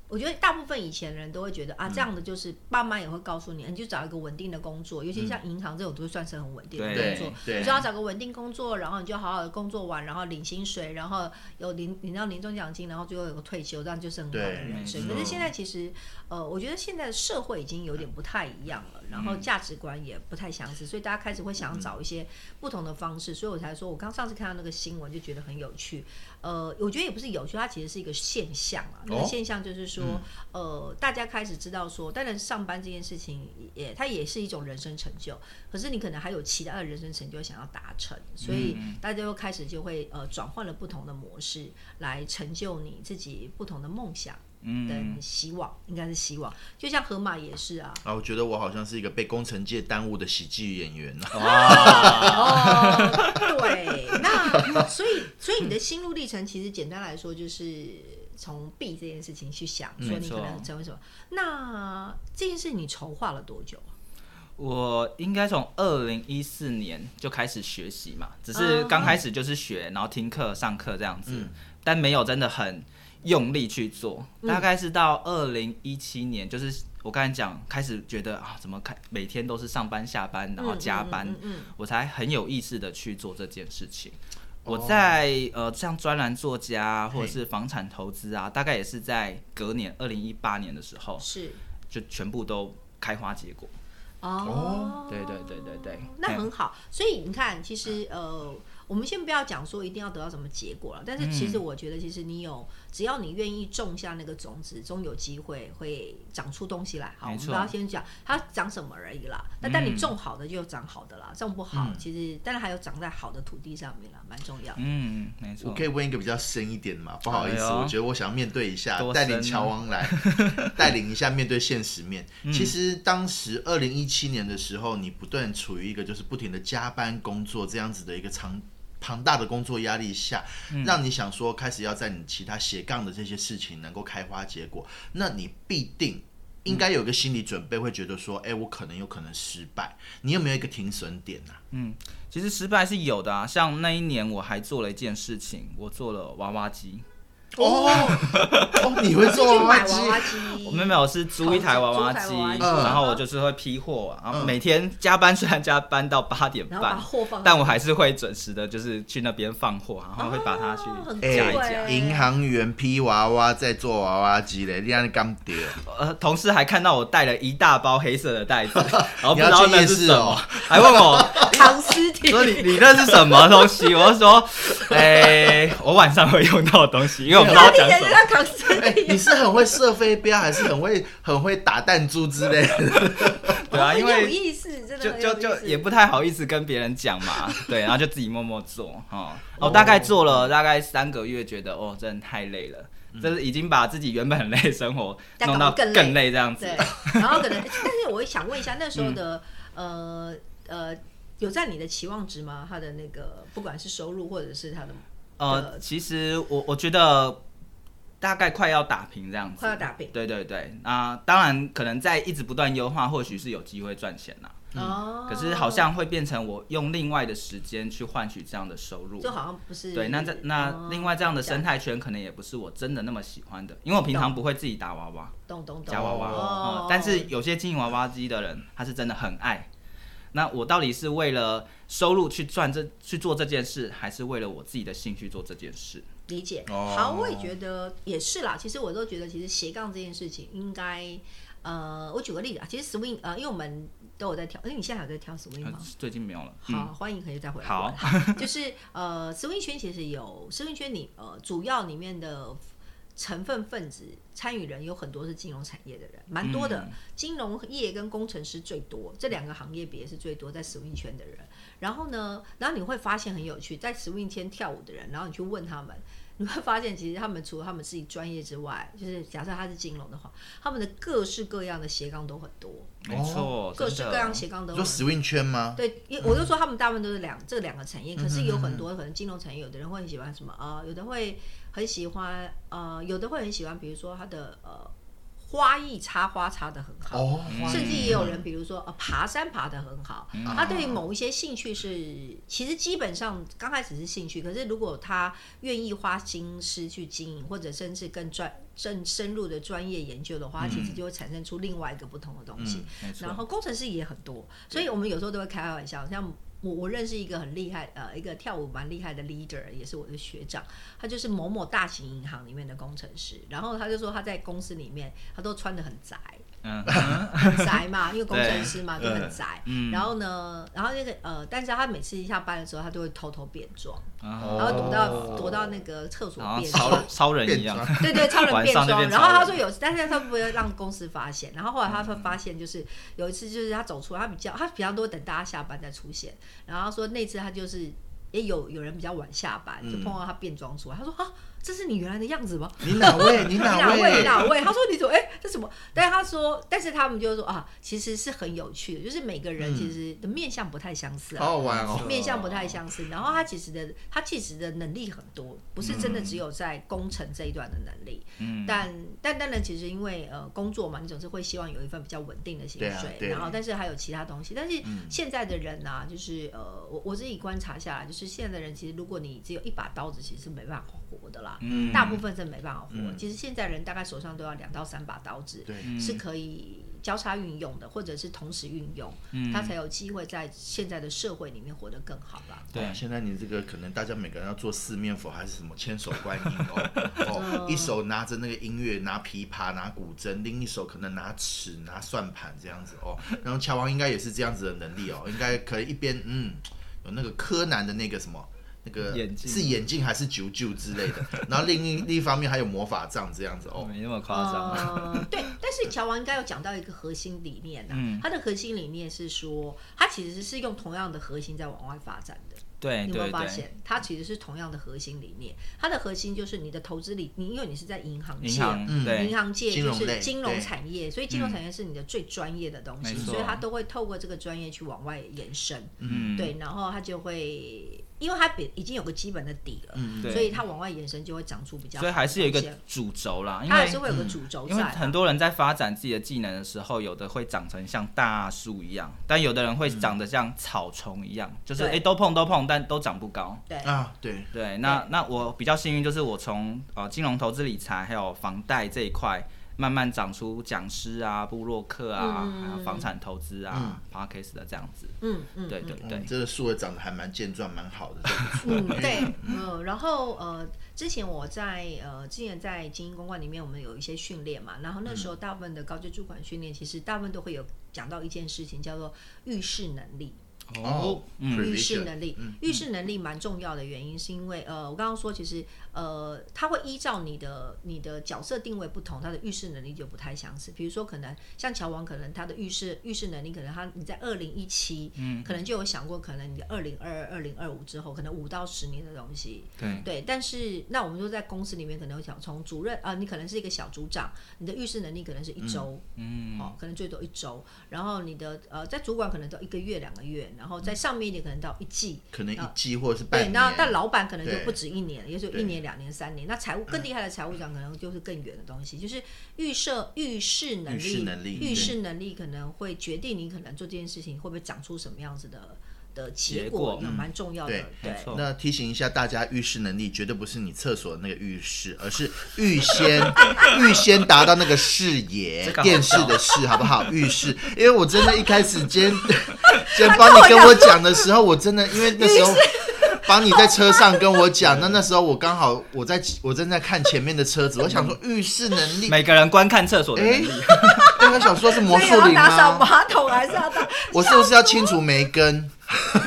[SPEAKER 1] 我觉得大部分以前人都会觉得
[SPEAKER 3] 嗯
[SPEAKER 1] 啊，这样的就是爸妈也会告诉你，你就找一个稳定的工作，尤其像银行这种都算是很稳定的工
[SPEAKER 3] 嗯对
[SPEAKER 1] 作。
[SPEAKER 2] 对
[SPEAKER 1] 你就要找个稳定工作，然后你就好好的工作完，然后领薪水，然后有领领到年终奖金，然后最后有个退休，这样就是很好的
[SPEAKER 2] 对
[SPEAKER 1] 人生。
[SPEAKER 3] 没
[SPEAKER 1] 可
[SPEAKER 3] 错
[SPEAKER 1] 是现在其实，呃，我觉得现在的社会已经有点不太一样了，然
[SPEAKER 3] 嗯
[SPEAKER 1] 后价值观也不太相似，所以大家开始会想要找一些不同的方式。所以我才说，我刚上次看到那个新闻就觉得很有趣，呃，我觉得也不是有趣，它其实是一个现象啊。那个
[SPEAKER 2] 哦
[SPEAKER 1] 现象就是说，呃，大家开始知道说，当然上班这件事情也它也是一种人生成就，可是你可能还有其他的人生成就想要达成，所以大家又开始就会呃转换了不同的模式来成就你自己不同的梦想
[SPEAKER 3] 嗯，
[SPEAKER 1] 跟希望，应该是希望。就像河马也是啊，
[SPEAKER 2] 啊，我觉得我好像是一个被工程界耽误的喜剧演员啊。
[SPEAKER 1] *laughs* 哦，对，
[SPEAKER 3] *laughs*
[SPEAKER 1] 那所以所以你的心路历程，其实简单来说就是从 B 这件事情去想，
[SPEAKER 3] 嗯
[SPEAKER 1] 说
[SPEAKER 3] 没
[SPEAKER 1] 你可
[SPEAKER 3] 错
[SPEAKER 1] 能成为什么。那这件事你筹划了多久啊？
[SPEAKER 3] 我应该从二零一四年就开始学习嘛，只
[SPEAKER 1] 哦
[SPEAKER 3] 是刚开始就是学，然后听课、上课这样子，
[SPEAKER 1] 嗯
[SPEAKER 3] 但没有真的很用力去做。大概是到二零一七年，就是我刚才讲，开始觉得啊，怎么开每天都是上班、下班，然后加班，
[SPEAKER 1] 嗯嗯嗯
[SPEAKER 3] 我才很有意识的去做这件事情。
[SPEAKER 1] 哦
[SPEAKER 3] 我在、呃，像专栏作家或者是房产投资啊，大概也是在隔年二零一八年的时候，
[SPEAKER 1] 嗯是
[SPEAKER 3] 就全部都开花结果。
[SPEAKER 1] 哦，
[SPEAKER 3] 对对对对对
[SPEAKER 1] 那很好。所以你看，其实呃，我们先不要讲说一定要得到什么结果了，但是其实
[SPEAKER 3] 嗯
[SPEAKER 1] 我觉得，其实你有，只要你愿意种下那个种子，终有机会会长出东西来。好，我
[SPEAKER 3] 没
[SPEAKER 1] 们
[SPEAKER 3] 错嗯
[SPEAKER 1] 不要先讲它长什么而已啦。那但你种好的就长好的啦，种不好其实，但是还有长在好的土地上面啦，蛮重要的。
[SPEAKER 3] 嗯，没
[SPEAKER 2] 我
[SPEAKER 3] 错
[SPEAKER 2] 可。以问一个比较深一点的嘛？不好意思，
[SPEAKER 3] 哎呦
[SPEAKER 2] 我觉得我想要面对一下，
[SPEAKER 3] 多
[SPEAKER 2] 带
[SPEAKER 3] 深啊
[SPEAKER 2] 领乔王
[SPEAKER 3] *laughs*
[SPEAKER 2] 来，带领一下面对现实面。
[SPEAKER 3] 嗯
[SPEAKER 2] 其实当时二零一七年的时候，你不断处于一个就是不停的加班工作这样子的一个长。庞大的工作压力下，
[SPEAKER 3] 嗯
[SPEAKER 2] 让你想说开始要在你其他斜杠的这些事情能够开花结果，那你必定应该有一个心理准备，会觉得说，哎、我可能有可能失败。你有没有一个停损点啊？
[SPEAKER 3] 其实失败是有的啊，像那一年我还做了一件事情，我做了娃娃机。
[SPEAKER 2] 哦哦，你会
[SPEAKER 1] 你是
[SPEAKER 2] 做
[SPEAKER 1] 去
[SPEAKER 2] 娃
[SPEAKER 1] 买娃
[SPEAKER 2] 娃机？
[SPEAKER 1] 娃机，
[SPEAKER 3] 我妹妹我是租一台娃娃
[SPEAKER 1] 哦租
[SPEAKER 3] 机
[SPEAKER 1] 一台娃娃，机
[SPEAKER 2] 嗯
[SPEAKER 3] 然后我就是会批货啊，然后每天加班虽然加班到八点
[SPEAKER 1] 然后把
[SPEAKER 3] 半，
[SPEAKER 1] 货放，
[SPEAKER 3] 但我还是会准时的，就是去那边放货，然
[SPEAKER 2] 啊
[SPEAKER 3] 后会把它去
[SPEAKER 1] 哦很
[SPEAKER 3] 加一
[SPEAKER 1] 酷欸
[SPEAKER 3] 加。
[SPEAKER 2] 银行员批娃娃在做娃娃机嘞，你让你干掉，
[SPEAKER 3] 呃，同事还看到我带了一大包黑色的
[SPEAKER 2] *laughs*
[SPEAKER 3] 袋子，然后
[SPEAKER 2] 你
[SPEAKER 3] 不知
[SPEAKER 2] 要
[SPEAKER 3] 道
[SPEAKER 2] 去
[SPEAKER 3] 那
[SPEAKER 2] 夜
[SPEAKER 3] 是
[SPEAKER 2] 市
[SPEAKER 3] 什么
[SPEAKER 2] 哦，
[SPEAKER 3] 还问我 *laughs*
[SPEAKER 1] *laughs* 扛尸体，
[SPEAKER 3] 说你你那是什么东西？我就说，哎，我晚上会用到的东西，因为我不知道
[SPEAKER 1] 扛 *laughs*
[SPEAKER 3] 讲什
[SPEAKER 1] 人
[SPEAKER 3] 么。
[SPEAKER 1] 家扛尸
[SPEAKER 2] 哎、
[SPEAKER 1] 体。
[SPEAKER 2] 你是很会射飞镖，还是很会很会打弹珠之类的？
[SPEAKER 3] 对啊，
[SPEAKER 1] 哦
[SPEAKER 3] 因
[SPEAKER 1] 很有
[SPEAKER 3] 为
[SPEAKER 1] 意思，真的
[SPEAKER 3] 就
[SPEAKER 1] 很
[SPEAKER 3] 就
[SPEAKER 1] 有意
[SPEAKER 3] 就
[SPEAKER 1] 思
[SPEAKER 3] 也不太好意思跟别人
[SPEAKER 1] *laughs*
[SPEAKER 3] 讲嘛，对，然后就自己默默做哦。我大概做了大概三个月，觉得哦，真的太累了，就是已经把自己原本很累的生活
[SPEAKER 1] 再搞
[SPEAKER 3] 弄
[SPEAKER 1] 得
[SPEAKER 3] 到
[SPEAKER 1] 嗯更
[SPEAKER 3] 更累这样子
[SPEAKER 1] 哎对。，然后可能，但是我想问一下，那时候的、呃呃有在你的期望值吗？他的那个不管是收入或者是他的
[SPEAKER 3] 呃，其实我我觉得大概快要打平这样子，
[SPEAKER 1] 快要打平
[SPEAKER 3] 对对对，那、当然可能在一直不断优化，或许是有机会赚钱啦。
[SPEAKER 1] 哦，
[SPEAKER 3] 嗯可是好像会变成我用另外的时间去换取这样的收入，
[SPEAKER 1] 就好像不是
[SPEAKER 3] 对，那这
[SPEAKER 1] 哦
[SPEAKER 3] 那另外这样的生态圈可能也不是我真的那么喜欢的，因为我平常不会自己打娃娃、
[SPEAKER 1] 懂懂懂
[SPEAKER 3] 夹娃娃，
[SPEAKER 1] 哦
[SPEAKER 3] 嗯，但是有些经营娃娃机的人，他是真的很爱。那我到底是为了收入去赚这去做这件事，还是为了我自己的兴趣做这件事？
[SPEAKER 1] 理解。
[SPEAKER 2] 哦
[SPEAKER 1] 好，我也觉得也是啦。其实我都觉得，其实斜杠这件事情应该，呃，我举个例子啊，其实 swing 呃，因为我们都有在跳，哎因为你现在还有在跳 swing
[SPEAKER 3] 呃
[SPEAKER 1] 吗？
[SPEAKER 3] 最近没有了。嗯，
[SPEAKER 1] 好，欢迎可以再回来
[SPEAKER 3] 好
[SPEAKER 1] 问。 *laughs* 就是呃，swing 圈其实有 swing 圈里呃，主要里面的成分分子参与人有很多是金融产业的人，蛮多
[SPEAKER 3] 嗯
[SPEAKER 1] 的。金融业跟工程师最多，这两个行业别是最多在 swing 圈的人。然后呢，然后你会发现很有趣，在 swing 圈跳舞的人，然后你去问他们。你会发现，其实他们除了他们自己专业之外，就是假设他是金融的话，他们的各式各样的斜杠都很多，
[SPEAKER 3] 没错，
[SPEAKER 1] 各式
[SPEAKER 3] 哦真的
[SPEAKER 1] 各样斜杠都
[SPEAKER 2] 你
[SPEAKER 1] 很
[SPEAKER 2] 说 swing 圈吗？
[SPEAKER 1] 对，因为我就说他们大部分都是两这两个产业，可是有很多可能金融产业，有的人会很喜欢什么啊、呃有的会很喜欢呃，有的会很喜欢，比如说他的呃花艺插花插的很好。
[SPEAKER 2] 哦，
[SPEAKER 1] 甚至也有人，比如说呃，爬山爬得很好，他对于某一些兴趣是，其实基本上刚开始是兴趣，可是如果他愿意花心思去经营，或者甚至更专更深入的专业研究的话，他其实就会产生出另外一个不同的东西。
[SPEAKER 3] 没错
[SPEAKER 1] 然后工程师也很多，所以我们有时候都会开玩笑，像。我我认识一个很厉害呃一个跳舞蛮厉害的 leader，也是我的学长，他就是某某大型银行里面的工程师，然后他就说他在公司里面他都穿的很
[SPEAKER 3] *laughs*
[SPEAKER 1] 宅，
[SPEAKER 3] 嗯，
[SPEAKER 1] 很宅嘛，因为工程师嘛就很宅。
[SPEAKER 3] 嗯
[SPEAKER 1] 然后呢，然后那个呃，但是他每次一下班的时候，他都会偷偷变装，
[SPEAKER 3] 然
[SPEAKER 2] 哦
[SPEAKER 1] 然后躲到躲到那个厕所
[SPEAKER 3] 后
[SPEAKER 1] 变
[SPEAKER 3] 超
[SPEAKER 1] 装
[SPEAKER 3] 人。超人一样，
[SPEAKER 1] 对对，超人
[SPEAKER 3] 晚
[SPEAKER 1] 变
[SPEAKER 3] 上就
[SPEAKER 1] 装。
[SPEAKER 3] 变
[SPEAKER 1] 然后他
[SPEAKER 3] 超
[SPEAKER 1] 说有，但是他不会让公司发现。然后后来他会发现，就是有一次，就是他走出来，他比较他比较多等大家下班再出现。然后他说那次他就是也有有人比较晚下班，
[SPEAKER 3] 嗯
[SPEAKER 1] 就碰到他变装出来，他说啊，这是你原来的样子
[SPEAKER 3] *laughs*
[SPEAKER 1] 吗？
[SPEAKER 2] 你哪位？你
[SPEAKER 3] 啊
[SPEAKER 1] 哪
[SPEAKER 2] 哪
[SPEAKER 1] 位
[SPEAKER 2] 位？
[SPEAKER 1] 哪位？他说 *laughs* 你怎么哎、这什么？但是他说，但是他们就说啊，其实是很有趣的，就是每个
[SPEAKER 3] 嗯
[SPEAKER 1] 人其实的面相不太相似
[SPEAKER 2] 好
[SPEAKER 1] 啊。
[SPEAKER 2] 好玩哦。
[SPEAKER 1] 面相不太相似，然后他其实的他其实的能力很多，不是真的只有在工程这一段的能力。
[SPEAKER 3] 嗯，
[SPEAKER 1] 但但当然，其实因为呃工作嘛，你总是会希望有一份比较稳定的薪
[SPEAKER 2] 对啊
[SPEAKER 1] 水，
[SPEAKER 2] 对嗯
[SPEAKER 1] 然后但是还有其他东西。但是现在的人啊，就是呃，我我自己观察下来，就是现在的人其实如果你只有一把刀子，其实是没办法活的啦。
[SPEAKER 3] 嗯
[SPEAKER 1] 大部分是没办法活。
[SPEAKER 2] 嗯
[SPEAKER 1] 其实现在人大概手上都要两到三把刀子，
[SPEAKER 2] 对嗯
[SPEAKER 1] 是可以交叉运用的，或者是同时运用，
[SPEAKER 2] 嗯
[SPEAKER 1] 他才有机会在现在的社会里面活得更好啦。
[SPEAKER 3] 对
[SPEAKER 2] 哎哇现在你这个可能大家每个人要做四面佛还是什么千手观音哦，哦，一手拿着那个音乐，拿琵琶，拿古筝，另一手可能拿尺，拿算盘这样子哦。然后乔王应该也是这样子的能力哦，应该可以一边嗯，有那个柯南的那个什么。那个
[SPEAKER 3] 眼镜
[SPEAKER 2] 是眼镜还是啾啾之类
[SPEAKER 3] *laughs*
[SPEAKER 2] 的，然后另一另一方面还有魔法杖这样子哦，
[SPEAKER 3] 没那么夸张， *laughs*
[SPEAKER 1] 呃对，但是乔王应该有讲到一个核心理念呐、
[SPEAKER 3] 嗯
[SPEAKER 1] 他的核心理念是说，他其实是用同样的核心在往外发展的。
[SPEAKER 3] 对
[SPEAKER 1] 你有没
[SPEAKER 3] 哎对
[SPEAKER 1] 有发
[SPEAKER 3] 对，
[SPEAKER 1] 现，它其实是同样的核心理念？它的核心就是你的投资理，你因为你是在银行
[SPEAKER 3] 银
[SPEAKER 1] 界
[SPEAKER 3] 行
[SPEAKER 2] 嗯
[SPEAKER 1] 银
[SPEAKER 3] 对嗯
[SPEAKER 1] 行界
[SPEAKER 2] 金
[SPEAKER 1] 就
[SPEAKER 2] 融
[SPEAKER 1] 是
[SPEAKER 2] 类
[SPEAKER 1] 金融
[SPEAKER 2] 对
[SPEAKER 1] 产业，所以金融产业是你的最专业的东西，
[SPEAKER 3] 没
[SPEAKER 1] 所
[SPEAKER 3] 错
[SPEAKER 1] 以它都会透过这个专业去往外延伸，
[SPEAKER 3] 嗯
[SPEAKER 1] 对，然后它就会，因为它比已经有个基本的底了，
[SPEAKER 3] 嗯对
[SPEAKER 1] 所以它往外延伸就会长出比较好的
[SPEAKER 3] 所以还是有一个
[SPEAKER 1] 东西
[SPEAKER 3] 主轴啦，因
[SPEAKER 1] 它还
[SPEAKER 3] 为嗯
[SPEAKER 1] 是会有个主轴
[SPEAKER 3] 因为
[SPEAKER 1] 在啊，
[SPEAKER 3] 很多人在发展自己的技能的时候，有的会长成像大树一样，但有的人会长得像草丛一样，就
[SPEAKER 1] 嗯
[SPEAKER 3] 是
[SPEAKER 1] 对
[SPEAKER 3] 诶都碰都碰，但都长不高。
[SPEAKER 1] 对
[SPEAKER 2] 啊，对，
[SPEAKER 3] 对，那那我比较幸运，就是我从呃金融投资理财还有房贷这一块，慢慢长出讲师啊、布洛克啊，还有房产投资啊、p a r k a s 的这样子。
[SPEAKER 1] 嗯嗯，
[SPEAKER 3] 对对对
[SPEAKER 2] 嗯，，这个树也长得还蛮健壮，蛮好的，这个
[SPEAKER 1] *laughs* 嗯，对，嗯，然后呃，之前我在呃，之前在精英公关里面，我们有一些训练嘛，然后那时候大部分的高级主管训练，其实大部分都会有讲到一件事情，叫做预示能力。
[SPEAKER 2] 哦
[SPEAKER 3] 嗯，
[SPEAKER 1] 预
[SPEAKER 2] Prevision，
[SPEAKER 1] 示能力，预示能力蛮重要的原因，是因为呃，我刚刚说其实呃，它会依照你的你的角色定位不同，它的预示能力就不太相似。比如说，可能像乔王，可能他的预示预示能力，可能他你在二零一七，
[SPEAKER 3] 嗯
[SPEAKER 1] 可能就有想过，可能你的二零二二、二零二五之后，可能五到十年的东西，
[SPEAKER 3] 对
[SPEAKER 1] 对，但是那我们就在公司里面可能有想从主任啊、你可能是一个小组长，你的预示能力可能
[SPEAKER 2] 嗯
[SPEAKER 1] 是一周，嗯，哦，可能最多一周，然后你的呃在主管可能都一个月两个月，然后在上面一点可能到一季，
[SPEAKER 2] 可能一季或者是半
[SPEAKER 1] 对，
[SPEAKER 2] 年。
[SPEAKER 1] 那但老板可能就
[SPEAKER 2] 对
[SPEAKER 1] 不止一年，也许有
[SPEAKER 2] 对
[SPEAKER 1] 一年、两年、三年。那财务更厉害的财务长，可能就是更远的东西，就是预设、预示能力、
[SPEAKER 2] 预示能力
[SPEAKER 1] 预示能力可能会决定你可能做这件事情会不会长出什么样子的的结
[SPEAKER 3] 结果
[SPEAKER 1] 也蛮重要的。
[SPEAKER 2] 嗯对
[SPEAKER 1] 对
[SPEAKER 3] 没错
[SPEAKER 2] 那提醒一下大家，预示能力绝对不是你厕所的那个预示，而是预 *laughs* 先预先达到那个视野
[SPEAKER 3] 这个，好
[SPEAKER 2] 电视的视，好不好？预示，因为我真的一开始今天今天
[SPEAKER 1] 他
[SPEAKER 2] 帮
[SPEAKER 1] 跟我
[SPEAKER 2] 你跟
[SPEAKER 1] 讲
[SPEAKER 2] 我讲的时候，我真的因为那时候。帮你在车上跟我讲，那那时候我刚好我在我正在看前面的车子，我想说预示能力，
[SPEAKER 3] 每个人观看厕所的能
[SPEAKER 2] 哎 *laughs*
[SPEAKER 3] 力，，
[SPEAKER 1] *laughs*
[SPEAKER 2] 刚刚想说是魔
[SPEAKER 1] 所以
[SPEAKER 2] 术
[SPEAKER 1] 要 *laughs*
[SPEAKER 2] 林
[SPEAKER 1] 打扫
[SPEAKER 2] 吗？
[SPEAKER 1] 马桶还是要
[SPEAKER 2] *laughs*
[SPEAKER 1] 打？
[SPEAKER 2] 我是不是要清除梅根？
[SPEAKER 1] 好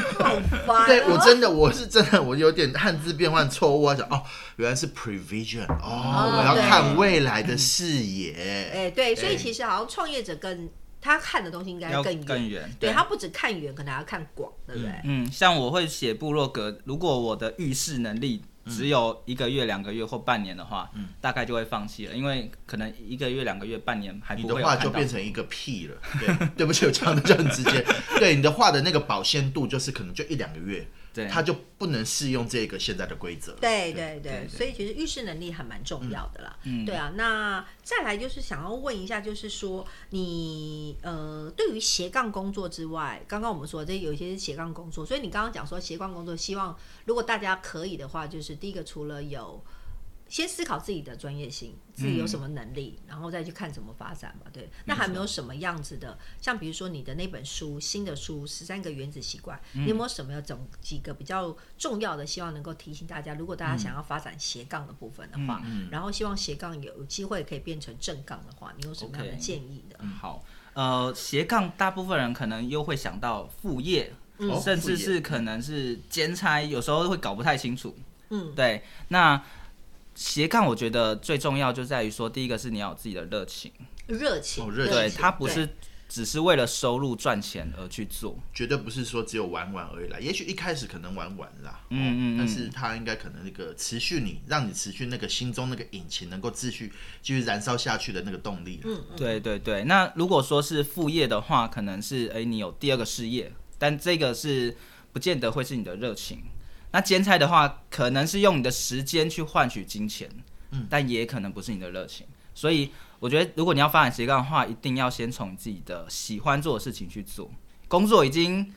[SPEAKER 1] 烦、哦。
[SPEAKER 2] 对我真的，我是真的，我有点汉字变换错误，我想哦，原来是 prevision，哦，我要
[SPEAKER 1] 对
[SPEAKER 2] 看未来的视野，
[SPEAKER 3] 嗯
[SPEAKER 1] 哎，对，所以
[SPEAKER 2] 对
[SPEAKER 1] 其实好像创业者跟他看的东西应该
[SPEAKER 3] 要
[SPEAKER 1] 更远，
[SPEAKER 3] 更远
[SPEAKER 1] 对
[SPEAKER 2] 对
[SPEAKER 1] 他不止看远，可能还要看广，对不对？
[SPEAKER 3] 嗯，像我会写部落格，如果我的预示能力只有一个月、两个月或半年的话，
[SPEAKER 2] 嗯
[SPEAKER 3] 大概就会放弃了，因为可能一个月、两个月、半年还
[SPEAKER 2] 你
[SPEAKER 3] 不
[SPEAKER 2] 的
[SPEAKER 3] 会有
[SPEAKER 2] 话
[SPEAKER 3] 看到。
[SPEAKER 2] 就变成一个屁了。对，对不起，我讲的就很直接。对，你的话的那个保鲜度就是可能就一两个月，
[SPEAKER 3] 对，
[SPEAKER 2] 它就不能适用这个现在的规则。
[SPEAKER 1] 对对
[SPEAKER 3] 对
[SPEAKER 1] 对，
[SPEAKER 3] 嗯对
[SPEAKER 1] 所以其实预示能力还蛮重要的啦。对啊，那再来就是想要问一下，就是说你呃，对于斜杠工作之外，刚刚我们说这有一些是斜杠工作，所以你刚刚讲说斜杠工作，希望如果大家可以的话，就是第一个除了有。先思考自己的专业性，
[SPEAKER 2] 嗯
[SPEAKER 1] 自己有什么能力，然后再去看怎么发展嘛。对，那还没有什么样子的，像比如说你的那本书，新的书《十三个原子习惯》，
[SPEAKER 2] 嗯
[SPEAKER 1] 你有没有什么总几个比较重要的，希望能够提醒大家？如果大家想要发展斜杠的部分的话，
[SPEAKER 2] 嗯
[SPEAKER 1] 然后希望斜杠有机会可以变成正杠的话，你有什么样的
[SPEAKER 3] OK
[SPEAKER 1] 建议的？
[SPEAKER 3] 嗯好，呃，斜杠大部分人可能又会想到副业，
[SPEAKER 2] 嗯
[SPEAKER 3] 甚至
[SPEAKER 2] 哦副
[SPEAKER 3] 是可能是兼差，有时候会搞不太清楚。
[SPEAKER 1] 嗯，
[SPEAKER 3] 对，那斜杠我觉得最重要就在于说，第一个是你要有自己的热情，
[SPEAKER 1] 热情，
[SPEAKER 2] 哦热情
[SPEAKER 3] 对，它不
[SPEAKER 1] 对
[SPEAKER 3] 是只是为了收入赚钱而去做。
[SPEAKER 2] 绝对不是说只有玩玩而已啦，也许一开始可能玩玩啦，哦
[SPEAKER 3] 嗯嗯嗯
[SPEAKER 2] 但是它应该可能那个持续你，让你持续那个心中那个引擎能够继续继续燃烧下去的那个动力啦。嗯
[SPEAKER 3] 对对对，那如果说是副业的话，可能是诶你有第二个事业，但这个是不见得会是你的热情。那兼差的话，可能是用你的时间去换取金钱，嗯，但也可能不是你的热情。所以我觉得，如果你要发展斜杠的话，一定要先从你自己的喜欢做的事情去做。工作已经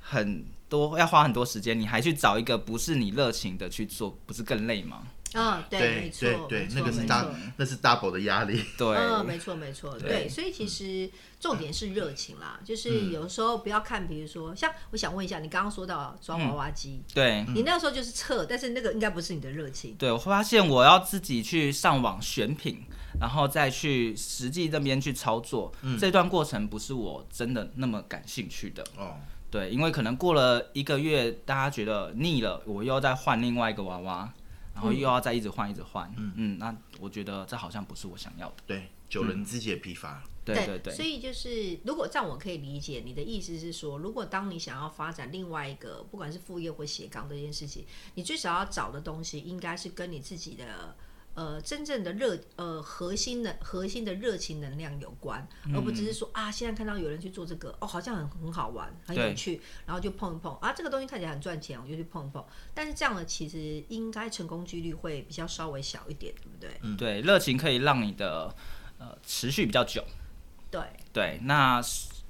[SPEAKER 3] 很多要花很多时间，你还去找一个不是你热情的去做，不是更累吗？
[SPEAKER 1] 嗯，对，没错，
[SPEAKER 2] 对对
[SPEAKER 1] 没，错
[SPEAKER 2] 那个是
[SPEAKER 1] 没
[SPEAKER 2] 大
[SPEAKER 1] 错
[SPEAKER 2] 那是 double 的压力。
[SPEAKER 3] 对，
[SPEAKER 1] 嗯，没错没错，对，
[SPEAKER 3] 对
[SPEAKER 1] 所以其实重点是热情啦，就是有时候不要看，比如说像我想问一下，你刚刚说到抓娃娃机，
[SPEAKER 3] 对，
[SPEAKER 1] 你那时候就是测，但是那个应该不是你的热情，
[SPEAKER 3] 对，我发现我要自己去上网选品，然后再去实际那边去操作，这段过程不是我真的那么感兴趣的。
[SPEAKER 2] 哦，
[SPEAKER 3] 对，因为可能过了一个月，大家觉得腻了，我又要再换另外一个娃娃，然后又要再一直换，一直换。嗯那我觉得这好像不是我想要的。
[SPEAKER 2] *laughs* 对，久
[SPEAKER 1] 嗯
[SPEAKER 2] 了你自己也疲乏。
[SPEAKER 3] 对对对，
[SPEAKER 1] 所以就是如果这样我可以理解你的意思是说，如果当你想要发展另外一个，不管是副业或斜杠这件事情，你最少要找的东西应该是跟你自己的。呃，真正的热呃核心的核心的热情能量有关，
[SPEAKER 3] 嗯
[SPEAKER 1] 而不只是说啊，现在看到有人去做这个，哦，好像很很好玩，很有
[SPEAKER 3] 对
[SPEAKER 1] 趣，然后就碰一碰啊，这个东西看起来很赚钱，我就去碰一碰。但是这样的其实应该成功几率会比较稍微小一点，对不对？
[SPEAKER 3] 对热情可以让你的呃持续比较久。
[SPEAKER 1] 对，
[SPEAKER 3] 对，那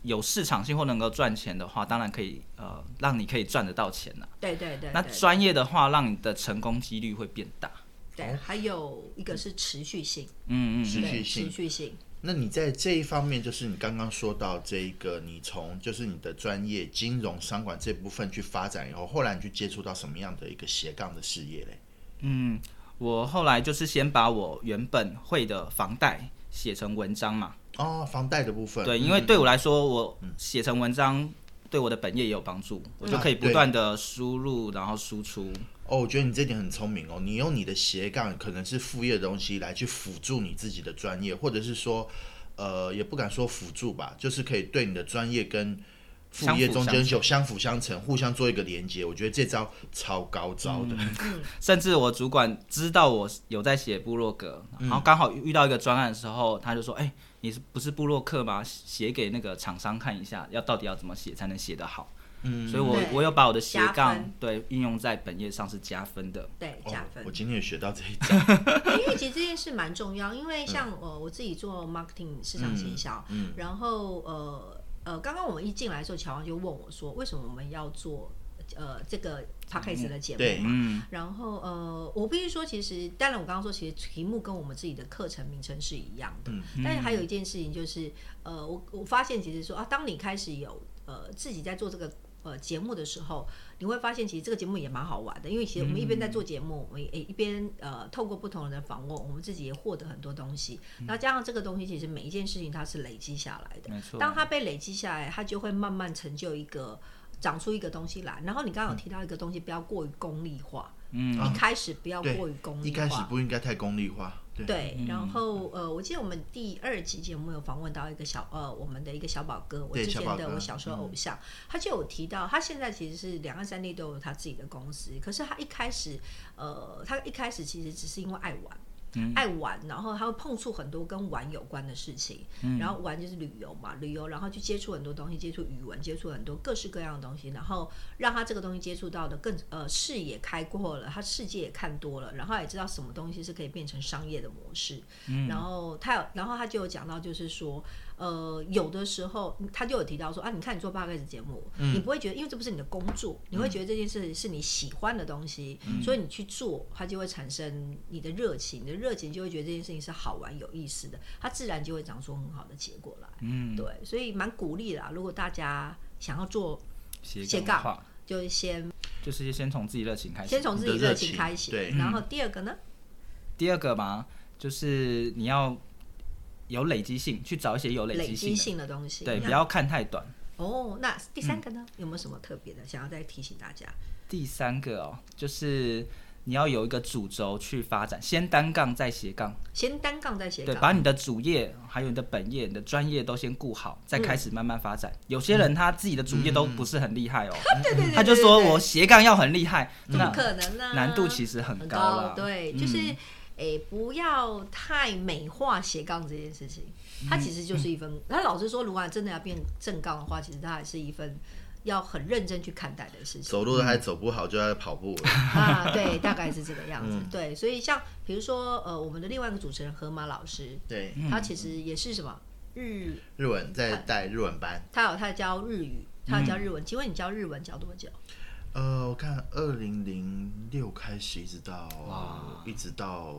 [SPEAKER 3] 有市场性或能够赚钱的话，当然可以呃让你可以赚得到钱啊了。
[SPEAKER 1] 对对对。
[SPEAKER 3] 那
[SPEAKER 1] 对
[SPEAKER 3] 专业的话，让你的成功几率会变大。
[SPEAKER 1] 对，还有一个是持续性，
[SPEAKER 3] 嗯嗯，
[SPEAKER 2] 哦持
[SPEAKER 1] 对
[SPEAKER 2] 续性
[SPEAKER 1] 持续性，
[SPEAKER 2] 那你在这一方面，就是你刚刚说到这一个，你从就是你的专业金融商管这部分去发展以后，后来你去接触到什么样的一个斜杠的事业嘞？
[SPEAKER 3] 我后来就是先把我原本会的房贷写成文章嘛。
[SPEAKER 2] 哦，房贷的部分，
[SPEAKER 3] 对，因为对我来说，我写成文章对我的本业也有帮助，我就可以不断的输入，然后输出。
[SPEAKER 2] 哦，我觉得你这点很聪明哦，你用你的斜杠可能是副业的东西来去辅助你自己的专业，或者是说，呃，也不敢说辅助吧，就是可以对你的专业跟副业
[SPEAKER 3] 相辅
[SPEAKER 2] 中
[SPEAKER 3] 相
[SPEAKER 2] 间有相辅相成，互相做一个连接。我觉得这招超高招的，
[SPEAKER 3] 甚至我主管知道我有在写部落格，然后刚好遇到一个专案的时候，他就说：“哎、你是不是部落客吗？写给那个厂商看一下，要到底要怎么写才能写得好。”
[SPEAKER 2] 嗯
[SPEAKER 3] 所以我
[SPEAKER 1] 对
[SPEAKER 3] 我有把我的斜
[SPEAKER 1] 加
[SPEAKER 3] 杠
[SPEAKER 1] 分
[SPEAKER 3] 对应用在本业上是加分的。
[SPEAKER 1] 对，
[SPEAKER 2] 哦
[SPEAKER 1] 嗯加分
[SPEAKER 2] 我。今天也学到
[SPEAKER 1] *laughs*
[SPEAKER 2] 这一招，
[SPEAKER 1] 因为其实这件事蛮重要，因为像呃我自己做 marketing 市场行销，
[SPEAKER 2] 嗯
[SPEAKER 1] 然后呃呃，刚刚我们一进来的时候，乔王就问我说，为什么我们要做呃这个 podcast 的节目？
[SPEAKER 2] 对
[SPEAKER 3] 嗯，
[SPEAKER 1] 然后呃，我必须说，其实当然我刚刚说，其实题目跟我们自己的课程名称是一样
[SPEAKER 3] 嗯
[SPEAKER 1] 的，但是还有一件事情就是，呃，我我发现其实说啊，当你开始有呃自己在做这个。呃，节目的时候，你会发现其实这个节目也蛮好玩的，因为其实我们一边在做节目，我们
[SPEAKER 3] 嗯
[SPEAKER 1] 也一边呃透过不同人的访问，我们自己也获得很多东西。那加上这个东西，其实每一件事情它是累积下来的，
[SPEAKER 3] 嗯没错。
[SPEAKER 1] 当它被累积下来，它就会慢慢成就一个长出一个东西来。然后你刚刚有提到一个东西，不要过于功利化，
[SPEAKER 3] 嗯
[SPEAKER 1] 一开始不要
[SPEAKER 2] 对
[SPEAKER 1] 过于功
[SPEAKER 2] 一
[SPEAKER 1] 利
[SPEAKER 2] 开始
[SPEAKER 1] 化。
[SPEAKER 2] 不应该太功利化，对，
[SPEAKER 1] 对，
[SPEAKER 3] 嗯
[SPEAKER 1] 然后呃，我记得我们第二期节目有访问到一个小呃，我们的一个小宝哥，我
[SPEAKER 2] 对
[SPEAKER 1] 之
[SPEAKER 2] 小宝
[SPEAKER 1] 前的
[SPEAKER 2] 哥嗯
[SPEAKER 1] 我小时候偶像，他就有提到，他现在其实是两岸三地都有他自己的公司，可是他一开始呃，他一开始其实只是因为爱玩。
[SPEAKER 2] 嗯
[SPEAKER 1] 爱玩，然后他会碰触很多跟玩有关的事情，
[SPEAKER 2] 嗯
[SPEAKER 1] 然后玩就是旅游嘛，旅游，然后去接触很多东西，接触语文，接触很多各式各样的东西，然后让他这个东西接触到的更呃视野开阔了，他世界也看多了，然后他也知道什么东西是可以变成商业的模式，
[SPEAKER 2] 嗯
[SPEAKER 1] 然后他有，然后他就有讲到就是说，呃，有的时候他就有提到说啊，你看你做八个节目，
[SPEAKER 3] 嗯
[SPEAKER 1] 你不会觉得因为这不是你的工作，你会觉得这件事是你喜欢的东西，
[SPEAKER 3] 嗯
[SPEAKER 1] 所以你去做，它就会产生你的热情，你的热情就会觉得这件事情是好玩、有意思的，它自然就会长出很好的结果来。
[SPEAKER 3] 嗯，
[SPEAKER 1] 对，所以蛮鼓励啦。如果大家想要做，
[SPEAKER 3] 斜
[SPEAKER 1] 斜
[SPEAKER 3] 杠
[SPEAKER 1] 杠
[SPEAKER 3] 的话，
[SPEAKER 1] 就先
[SPEAKER 3] 就是先从自己热情开始。嗯
[SPEAKER 1] 先从自己
[SPEAKER 2] 你的热
[SPEAKER 1] 热
[SPEAKER 2] 情
[SPEAKER 1] 情开始，
[SPEAKER 2] 对
[SPEAKER 1] 然后第二个呢，
[SPEAKER 3] 第二个嘛，就是你要有累积性，去找一些有累积
[SPEAKER 1] 累
[SPEAKER 3] 性
[SPEAKER 1] 积
[SPEAKER 3] 的，
[SPEAKER 1] 性的嗯东西。
[SPEAKER 3] 对，
[SPEAKER 1] 那
[SPEAKER 3] 不要看太短。
[SPEAKER 1] 哦，那第三个呢，有没有什么特别的想要再提醒大家？
[SPEAKER 3] 第三个哦，就是你要有一个主轴去发展，先单杠再斜杠，
[SPEAKER 1] 先单杠再斜
[SPEAKER 3] 对，
[SPEAKER 1] 杠，
[SPEAKER 3] 把你的主业、还有你的本业、你的专业都先顾好，再
[SPEAKER 1] 嗯
[SPEAKER 3] 开始慢慢发展。有些人他自己的主业都不是很厉害哦，
[SPEAKER 1] 嗯对对对，
[SPEAKER 3] 他就
[SPEAKER 1] 对
[SPEAKER 3] 说
[SPEAKER 1] 对
[SPEAKER 3] 我斜杠要很厉害，
[SPEAKER 1] 怎么
[SPEAKER 3] 那
[SPEAKER 1] 可能呢？
[SPEAKER 3] 难度其实很
[SPEAKER 1] 很
[SPEAKER 3] 高
[SPEAKER 1] 嗯
[SPEAKER 3] 啦。嗯
[SPEAKER 1] 对，就是诶、不要太美化斜杠这件事情，
[SPEAKER 3] 嗯
[SPEAKER 1] 它其实就是一份。那、老实说，如果真的要变正杠的话，其实它还是一份要很认真去看待的事
[SPEAKER 3] *laughs*
[SPEAKER 1] 情
[SPEAKER 2] 走路都还走不好，就要跑步了，
[SPEAKER 1] 啊。对，大概是这个样子。
[SPEAKER 3] 嗯
[SPEAKER 1] 对，所以像比如说呃，我们的另外一个主持人河马老师， *laughs*
[SPEAKER 2] 对，
[SPEAKER 3] 嗯
[SPEAKER 1] 他其实也是什么日，
[SPEAKER 2] 日文在带日文班，
[SPEAKER 1] 他有他教日语，他有教
[SPEAKER 3] 嗯
[SPEAKER 1] 日文。请问你教日文教多久？
[SPEAKER 2] 呃，我看二零零六开始，一直到一直到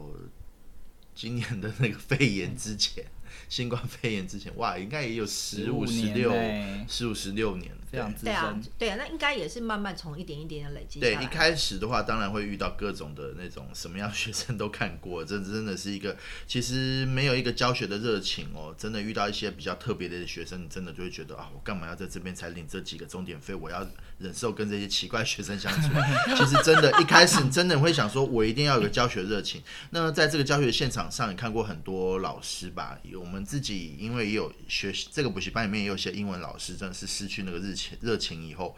[SPEAKER 2] 今年的那个肺炎之前，新冠肺炎之前，哇，应该也有十五、十
[SPEAKER 3] 15
[SPEAKER 2] 六
[SPEAKER 3] 年、嘞
[SPEAKER 2] 十五、十六年，
[SPEAKER 3] 非常资
[SPEAKER 1] 对啊
[SPEAKER 3] 深，，
[SPEAKER 1] 对啊，那应该也是慢慢从一点一点的累积
[SPEAKER 2] 对，
[SPEAKER 1] 下
[SPEAKER 2] 一
[SPEAKER 1] 来。
[SPEAKER 2] 开始的话，当然会遇到各种的那种什么样的学生都看过， *laughs* 这真的是一个其实没有一个教学的热情哦。真的遇到一些比较特别的学生，你真的就会觉得啊，我干嘛要在这边才领这几个钟点费？我要忍受跟这些奇怪学生相处。其实真的，一开始你真的会想说，我一定要有个教学热情。那在这个教学现场上，你看过很多老师吧？我们自己因为也有学习这个补习班里面也有些英文老师，真的是失去那个热情热情以后，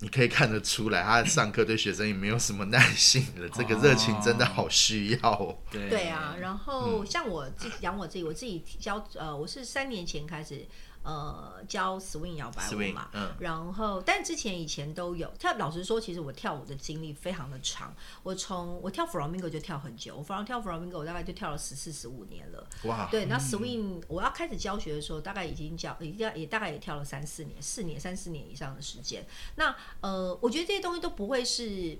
[SPEAKER 2] 你可以看得出来，他上课对学生也没有什么耐心了。这个热情真的好需要哦。
[SPEAKER 3] 对
[SPEAKER 1] 对啊，，然
[SPEAKER 2] 嗯
[SPEAKER 1] 后像我自己养我自己，我自己教呃，我是三年前开始呃教 swing 摇摆舞
[SPEAKER 2] Swing，
[SPEAKER 1] 嘛，
[SPEAKER 2] 嗯
[SPEAKER 1] 然后但之前以前都有，但老实说，其实我跳舞的经历非常的长，我从我跳 flamingo 就跳很久，我反正跳 flamingo 我大概就跳了十四十五年了，
[SPEAKER 3] 啊
[SPEAKER 2] 哇，
[SPEAKER 1] 对，
[SPEAKER 3] 嗯
[SPEAKER 1] 那 swing 我要开始教学的时候，大概已经教，也也大概也跳了三四年，四年三四年以上的时间。那呃，我觉得这些东西都不会是。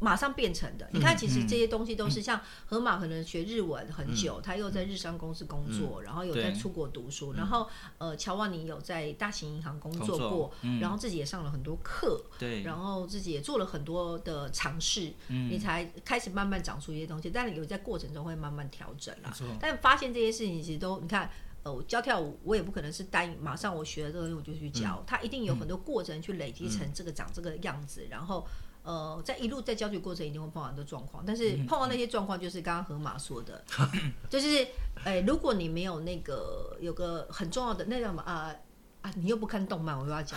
[SPEAKER 1] 马上变成
[SPEAKER 3] 嗯
[SPEAKER 1] 的，你看，其实这些东西都是像河马，可能学日文很久，他又在日商公司工作，然后有在
[SPEAKER 3] 嗯对嗯
[SPEAKER 1] 出国读书，然后呃，乔万尼有在大型银行工
[SPEAKER 3] 工
[SPEAKER 1] 作
[SPEAKER 3] 作
[SPEAKER 1] 过，
[SPEAKER 3] 嗯
[SPEAKER 1] 然后自己也上了很多课，
[SPEAKER 3] 对，
[SPEAKER 1] 啊
[SPEAKER 3] 嗯
[SPEAKER 1] 然后自己也做了很多的尝试，你才开始慢慢长出一些东西。但有在过程中会慢慢调整啦
[SPEAKER 3] 没错。
[SPEAKER 1] 但发现这些事情其实都，你看，呃，我教跳舞，我也不可能是单一马上我学了这个东西我就去教，
[SPEAKER 3] 嗯
[SPEAKER 1] 它一定有很多过程去累积成这个长这个样子，然后。呃，在一路在教学过程一定会碰到很多状况，但是
[SPEAKER 3] 嗯
[SPEAKER 1] 碰到那些状况就是刚刚河马说的，就是，哎、如果你没有那个有个很重要的那叫什么啊、啊，你又不看动漫，我又
[SPEAKER 2] *laughs*
[SPEAKER 1] 要讲。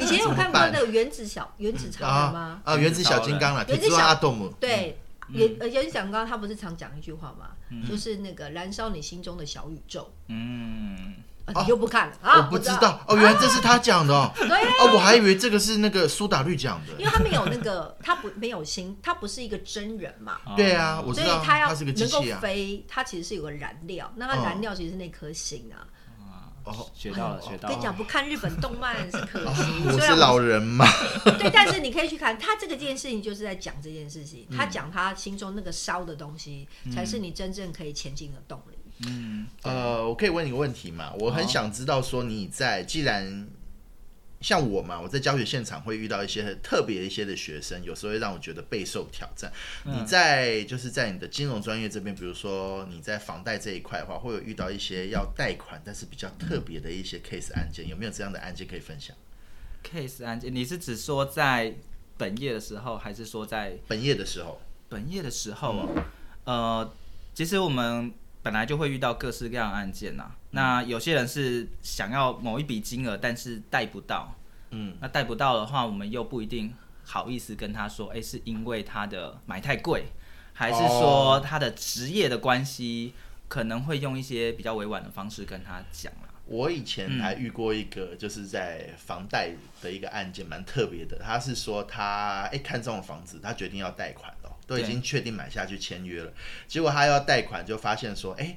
[SPEAKER 1] 以前有看过那个原子小原子超人
[SPEAKER 2] 啊
[SPEAKER 1] 吗？
[SPEAKER 2] 啊！原子小金刚了，
[SPEAKER 1] 原
[SPEAKER 2] 铁
[SPEAKER 1] 子
[SPEAKER 2] 之
[SPEAKER 1] 小
[SPEAKER 2] 阿斗姆，
[SPEAKER 1] 对，
[SPEAKER 2] 嗯
[SPEAKER 1] 原呃原子小金刚他不是常讲一句话吗？就是那个燃烧你心中的小宇宙。
[SPEAKER 3] 嗯，
[SPEAKER 1] 呃
[SPEAKER 2] 哦
[SPEAKER 1] 你又不看了
[SPEAKER 2] 我
[SPEAKER 1] 啊？
[SPEAKER 2] 不知
[SPEAKER 1] 知道，
[SPEAKER 2] 道哦，原来这是他讲的哦，
[SPEAKER 1] *laughs* 对啊
[SPEAKER 2] 哦，我还以为这个是那个苏打绿讲的
[SPEAKER 1] 因。为他没有那个，他不没有心，他不是一个真人嘛，
[SPEAKER 2] 对啊，
[SPEAKER 3] 哦
[SPEAKER 2] 我知
[SPEAKER 1] 所以
[SPEAKER 2] 道
[SPEAKER 1] 他要
[SPEAKER 2] 是个机
[SPEAKER 1] 能够
[SPEAKER 2] 器啊。
[SPEAKER 1] 飞，他其实是有个燃料，那他
[SPEAKER 2] 哦
[SPEAKER 1] 燃料其实是那颗心啊。
[SPEAKER 2] 哦，
[SPEAKER 3] 学到了，学到
[SPEAKER 1] 跟你嗯
[SPEAKER 3] 了。
[SPEAKER 1] 讲，不看日本动漫是可惜，
[SPEAKER 2] *laughs* 我
[SPEAKER 1] 虽
[SPEAKER 2] 是
[SPEAKER 1] 然
[SPEAKER 2] 老人嘛，
[SPEAKER 1] 对，但是你可以去看他这个件事情，就是在讲这件事情，
[SPEAKER 2] 嗯
[SPEAKER 1] 他讲他心中那个烧的东西，才是你真正可以前进的动力。
[SPEAKER 3] 嗯，
[SPEAKER 2] 呃，我可以问你个问题嘛？我很
[SPEAKER 3] 好
[SPEAKER 2] 想知道说你在既然像我嘛，我在教学现场会遇到一些很特别一些的学生，有时候会让我觉得备受挑战。
[SPEAKER 3] 嗯
[SPEAKER 2] 你在就是在你的金融专业这边，比如说你在房贷这一块的话，会有遇到一些要贷款，但是比较特别的一些 case 案件，有没有这样的案件可以分享？
[SPEAKER 3] case 案件，你是只说在本业的时候，还是说在
[SPEAKER 2] 本业的时候，
[SPEAKER 3] 本业的时候
[SPEAKER 2] 嗯
[SPEAKER 3] 哦？呃，其实我们本来就会遇到各式各样的案件呐、
[SPEAKER 2] 嗯
[SPEAKER 3] 那有些人是想要某一笔金额，但是贷不到。
[SPEAKER 2] 嗯，
[SPEAKER 3] 那贷不到的话，我们又不一定好意思跟他说，哎、是因为他的买太贵，还是
[SPEAKER 2] 哦
[SPEAKER 3] 说他的职业的关系，可能会用一些比较委婉的方式跟他讲啦。
[SPEAKER 2] 我以前还遇过一个，就是在房贷的一个案件，蛮特别的。他是说他哎、诶看中了房子，他决定要贷款了，都已
[SPEAKER 3] 对
[SPEAKER 2] 经确定买下去签约了，结果他要贷款就发现说，哎、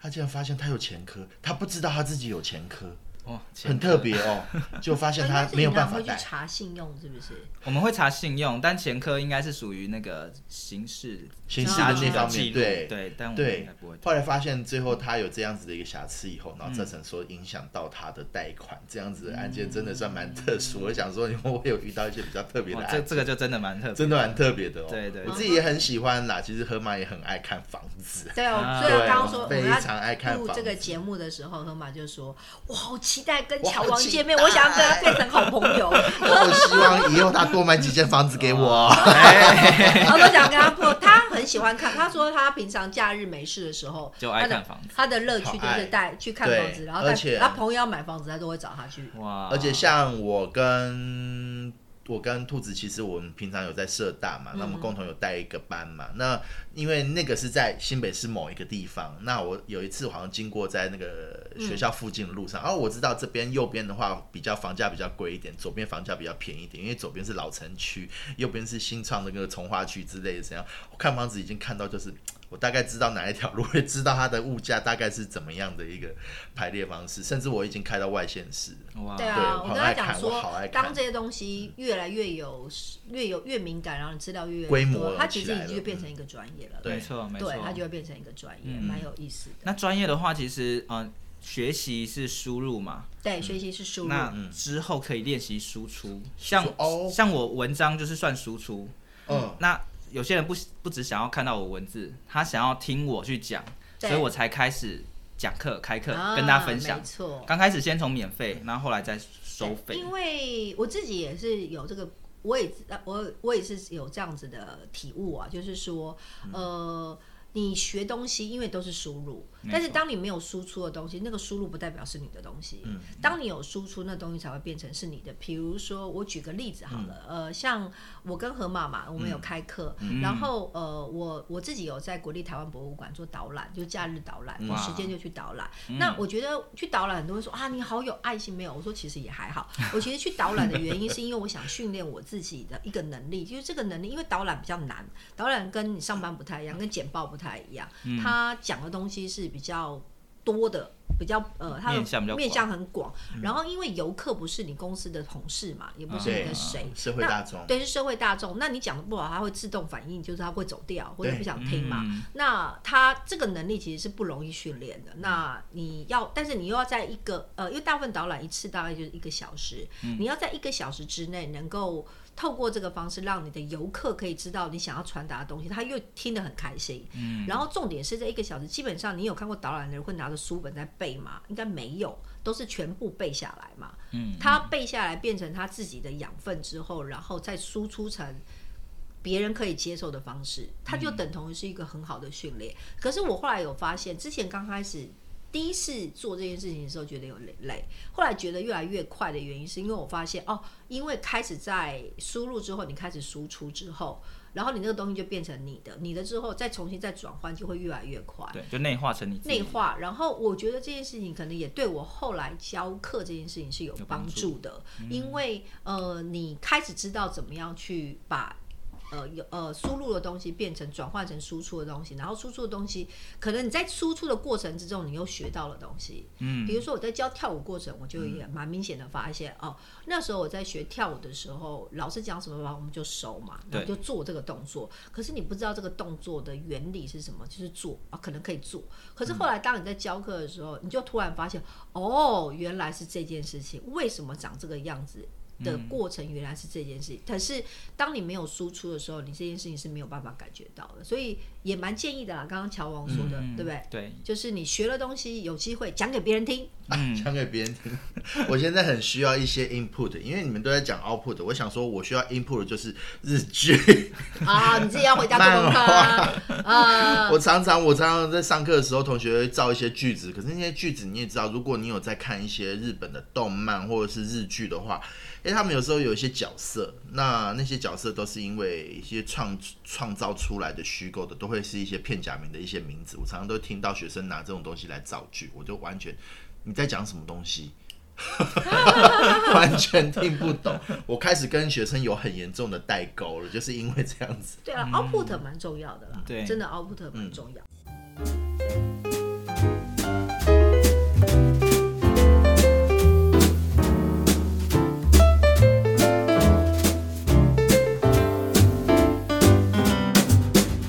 [SPEAKER 2] 他竟然发现他有前科，他不知道他自己有前科，
[SPEAKER 3] 哇，
[SPEAKER 2] 很特别哦，就发现
[SPEAKER 1] 但
[SPEAKER 2] 他
[SPEAKER 1] 是你
[SPEAKER 2] 没有
[SPEAKER 1] 常
[SPEAKER 2] 办法
[SPEAKER 1] 会去
[SPEAKER 2] 贷。
[SPEAKER 1] 查信用是不是？
[SPEAKER 3] 我们会查信用，但前科应该是属于那个刑事
[SPEAKER 2] 刑
[SPEAKER 1] 事
[SPEAKER 3] 辖
[SPEAKER 1] 的
[SPEAKER 3] 区
[SPEAKER 1] 那
[SPEAKER 3] 的
[SPEAKER 2] 方面
[SPEAKER 3] 记录
[SPEAKER 2] 对
[SPEAKER 3] 对，但我们
[SPEAKER 2] 对
[SPEAKER 3] 应该不会。
[SPEAKER 2] 后来发现最后他有这样子的一个瑕疵以后，然后造成说影响到他的贷款，这样子的案件真的算蛮特殊。我想说，你会不会有遇到一些比较特别的
[SPEAKER 3] 哇，
[SPEAKER 2] 案
[SPEAKER 3] 这
[SPEAKER 2] 件？
[SPEAKER 3] 这个就真的蛮特别，
[SPEAKER 2] 真的蛮特别的哦。
[SPEAKER 3] 对对
[SPEAKER 2] 我自己也很喜欢啦。其实河马也很爱看房
[SPEAKER 3] *laughs*
[SPEAKER 2] 子，
[SPEAKER 1] 对哦，
[SPEAKER 3] 啊
[SPEAKER 1] 所以我
[SPEAKER 2] 对
[SPEAKER 1] 刚刚说我
[SPEAKER 2] 非
[SPEAKER 1] 们要
[SPEAKER 2] 常爱看
[SPEAKER 1] 录
[SPEAKER 2] 房
[SPEAKER 1] 这个
[SPEAKER 2] 子
[SPEAKER 1] 节目的时候，河马就说：“我好期待跟
[SPEAKER 2] 我
[SPEAKER 1] 乔
[SPEAKER 2] 好
[SPEAKER 1] 王
[SPEAKER 2] 期
[SPEAKER 1] 见面，我想要跟他变成好朋
[SPEAKER 2] *laughs*
[SPEAKER 1] 友。
[SPEAKER 2] 我希望以后他多买几间房子给我。哦
[SPEAKER 1] 然后都想跟他过，他很喜欢看。他说他平常假日没事的时候，
[SPEAKER 3] 就
[SPEAKER 1] 他
[SPEAKER 3] 爱
[SPEAKER 1] 的
[SPEAKER 3] 看房子
[SPEAKER 1] 他的乐趣就
[SPEAKER 2] 好爱
[SPEAKER 1] 是带去看房子，
[SPEAKER 2] 对
[SPEAKER 1] 然后
[SPEAKER 2] 而
[SPEAKER 1] 带
[SPEAKER 2] 且
[SPEAKER 1] 他朋友要买房子，他都会找他去。
[SPEAKER 3] 哇，
[SPEAKER 2] 而且像我跟我跟兔子，其实我们平常有在社大嘛，那我们共同有带一个班嘛。那因为那个是在新北市某一个地方，那我有一次好像经过在那个学校附近的路上，哦，我知道这边右边的话比较房价比较贵一点，左边房价比较便宜一点，因为左边是老城区，右边是新创的那个从化区之类的，怎样？我看房子已经看到就是。我大概知道哪一条路会知道它的物价大概是怎么样的一个排列方式，甚至我已经开到外县市了。
[SPEAKER 3] 哇，
[SPEAKER 1] 对
[SPEAKER 2] 对
[SPEAKER 1] 啊，
[SPEAKER 2] 我
[SPEAKER 1] 我跟
[SPEAKER 2] 好
[SPEAKER 1] 他
[SPEAKER 2] 爱
[SPEAKER 1] 讲
[SPEAKER 2] 看我
[SPEAKER 1] 说
[SPEAKER 2] 好爱，看
[SPEAKER 1] 当这些东西越来越有越有越敏感，然后你资料越
[SPEAKER 2] 规
[SPEAKER 1] 越
[SPEAKER 2] 模
[SPEAKER 1] 多，
[SPEAKER 2] 了
[SPEAKER 1] 他其实
[SPEAKER 2] 起来
[SPEAKER 1] 已
[SPEAKER 2] 了嗯
[SPEAKER 1] 经就变成一个专业了。
[SPEAKER 2] 对
[SPEAKER 3] 没错没错，嗯
[SPEAKER 1] 对，他就会变成一个专业，蛮有意思的。
[SPEAKER 3] 那专业的话，其实嗯、呃学习是输入嘛，
[SPEAKER 1] 对，学习是输
[SPEAKER 2] 嗯
[SPEAKER 1] 入，
[SPEAKER 3] 那之后可以练习输出，像
[SPEAKER 2] 哦
[SPEAKER 3] 像我文章就是算输出，
[SPEAKER 2] 嗯，
[SPEAKER 3] 那有些人不不只想要看到我文字，他想要听我去讲，
[SPEAKER 1] 对
[SPEAKER 3] 所以我才开始讲课、开课、
[SPEAKER 1] 啊
[SPEAKER 3] 跟大家分享
[SPEAKER 1] 没。错，
[SPEAKER 3] 刚开始先从免费，然后后来再收
[SPEAKER 1] 对
[SPEAKER 3] 费
[SPEAKER 1] 因。为我自己也是有这个，我也我我也是有这样子的体悟啊，就是说，
[SPEAKER 3] 嗯
[SPEAKER 1] 呃。你学东西，因为都是输入，
[SPEAKER 3] 没
[SPEAKER 1] 但是
[SPEAKER 3] 错
[SPEAKER 1] 当你没有输出的东西，那个输入不代表是你的东西。
[SPEAKER 3] 嗯
[SPEAKER 1] 当你有输出，那东西才会变成是你的。比如说，我举个例子好了，
[SPEAKER 3] 嗯
[SPEAKER 1] 呃，像我跟河马嘛，我们有开课，然后呃，我我自己有在国立台湾博物馆做导览，就假日导览，有时间就去导览。
[SPEAKER 3] 嗯
[SPEAKER 1] 那我觉得去导览，很多人说啊，你好有爱心没有？我说其实也还
[SPEAKER 3] *laughs*
[SPEAKER 1] 好。我其实去导览的原因是因为我想训练我自己的一个能力，就是这个能力，因为导览比较难，导览跟你上班不太一样，跟简报不太一样，
[SPEAKER 3] 嗯
[SPEAKER 1] 他讲的东西是比较多的。比较呃，他的
[SPEAKER 3] 嗯面向比较广嗯
[SPEAKER 1] 面向很广，然后因为游客不是你公司的同事嘛，也不是你
[SPEAKER 2] 对
[SPEAKER 1] 的谁，
[SPEAKER 2] 社会大众，
[SPEAKER 1] 对，是社会大众。那你讲的不好，他会自动反应，就是他会走掉或者
[SPEAKER 2] 对
[SPEAKER 1] 不想听嘛。
[SPEAKER 3] 嗯
[SPEAKER 1] 那他这个能力其实是不容易训练的。那你要，但是你又要在一个呃，因为大部分导览一次大概就是一个小时，
[SPEAKER 3] 嗯
[SPEAKER 1] 你要在一个小时之内能够。透过这个方式，让你的游客可以知道你想要传达的东西，他又听得很开心。嗯，然后重点是这一个小时，基本上你有看过导览的人会拿着书本在背吗？应该没有，都是全部背下来嘛。嗯，他背下来变成他自己的养分之后，然后再输出成别人可以接受的方式，它就等同于是一个很好的训练。可是我后来有发现，之前刚开始第一次做这件事情的时候，觉得有累累，后来觉得越来越快的原因，是因为我发现哦，因为开始在输入之后，你开始输出之后，然后你那个东西就变成你的，你的之后再重新再转换就会越来越快。
[SPEAKER 3] 对，就内化成你自己
[SPEAKER 1] 内化。然后我觉得这件事情可能也对我后来教课这件事情是有
[SPEAKER 3] 有帮
[SPEAKER 1] 帮助的，因为呃，你开始知道怎么样去把。呃，有呃，输入的东西变成转换成输出的东西，然后输出的东西，可能你在输出的过程之中，你又学到了东西。嗯，比如说我在教跳舞过程，我就也蛮明显的发现哦，那时候我在学跳舞的时候，老师讲什么嘛，我们就熟嘛，然后就做这个动作。可是你不知道这个动作的原理是什么，就是做啊，可能可以做，可是后来，当你在教课的时候，你就突然发现，哦，原来是这件事情，为什么长这个样子的
[SPEAKER 3] 嗯
[SPEAKER 1] 过程原来是这件事情。可是当你没有输出的时候，你这件事情是没有办法感觉到的，所以也蛮建议的啦。刚刚乔王说的，
[SPEAKER 3] 嗯
[SPEAKER 1] 对不对？
[SPEAKER 3] 对，
[SPEAKER 1] 就是你学了东西，有机会讲给别人听，
[SPEAKER 3] 嗯，
[SPEAKER 2] *laughs* 讲给别人听。我现在很需要一些 input，因为你们都在讲 output，我想说我需要 input 的就是日剧。
[SPEAKER 1] 啊，你自己要回家做功课啊。啊
[SPEAKER 2] 我常常我常常在上课的时候，同学会造一些句子，可是那些句子你也知道，如果你有在看一些日本的动漫或者是日剧的话，因为他们有时候有一些角色，那那些角色都是因为一些创创造出来的虚构的，都会是一些片假名的一些名字。我常常都听到学生拿这种东西来造句，我就完全你在讲什么东西？ *laughs* 完全听不懂， *laughs* 我开始跟学生有很严重的代沟了，就是因为这样子。
[SPEAKER 1] 对啊、o u t p u t 蛮重要的啦，
[SPEAKER 3] 对
[SPEAKER 1] 真的 output 蛮重要。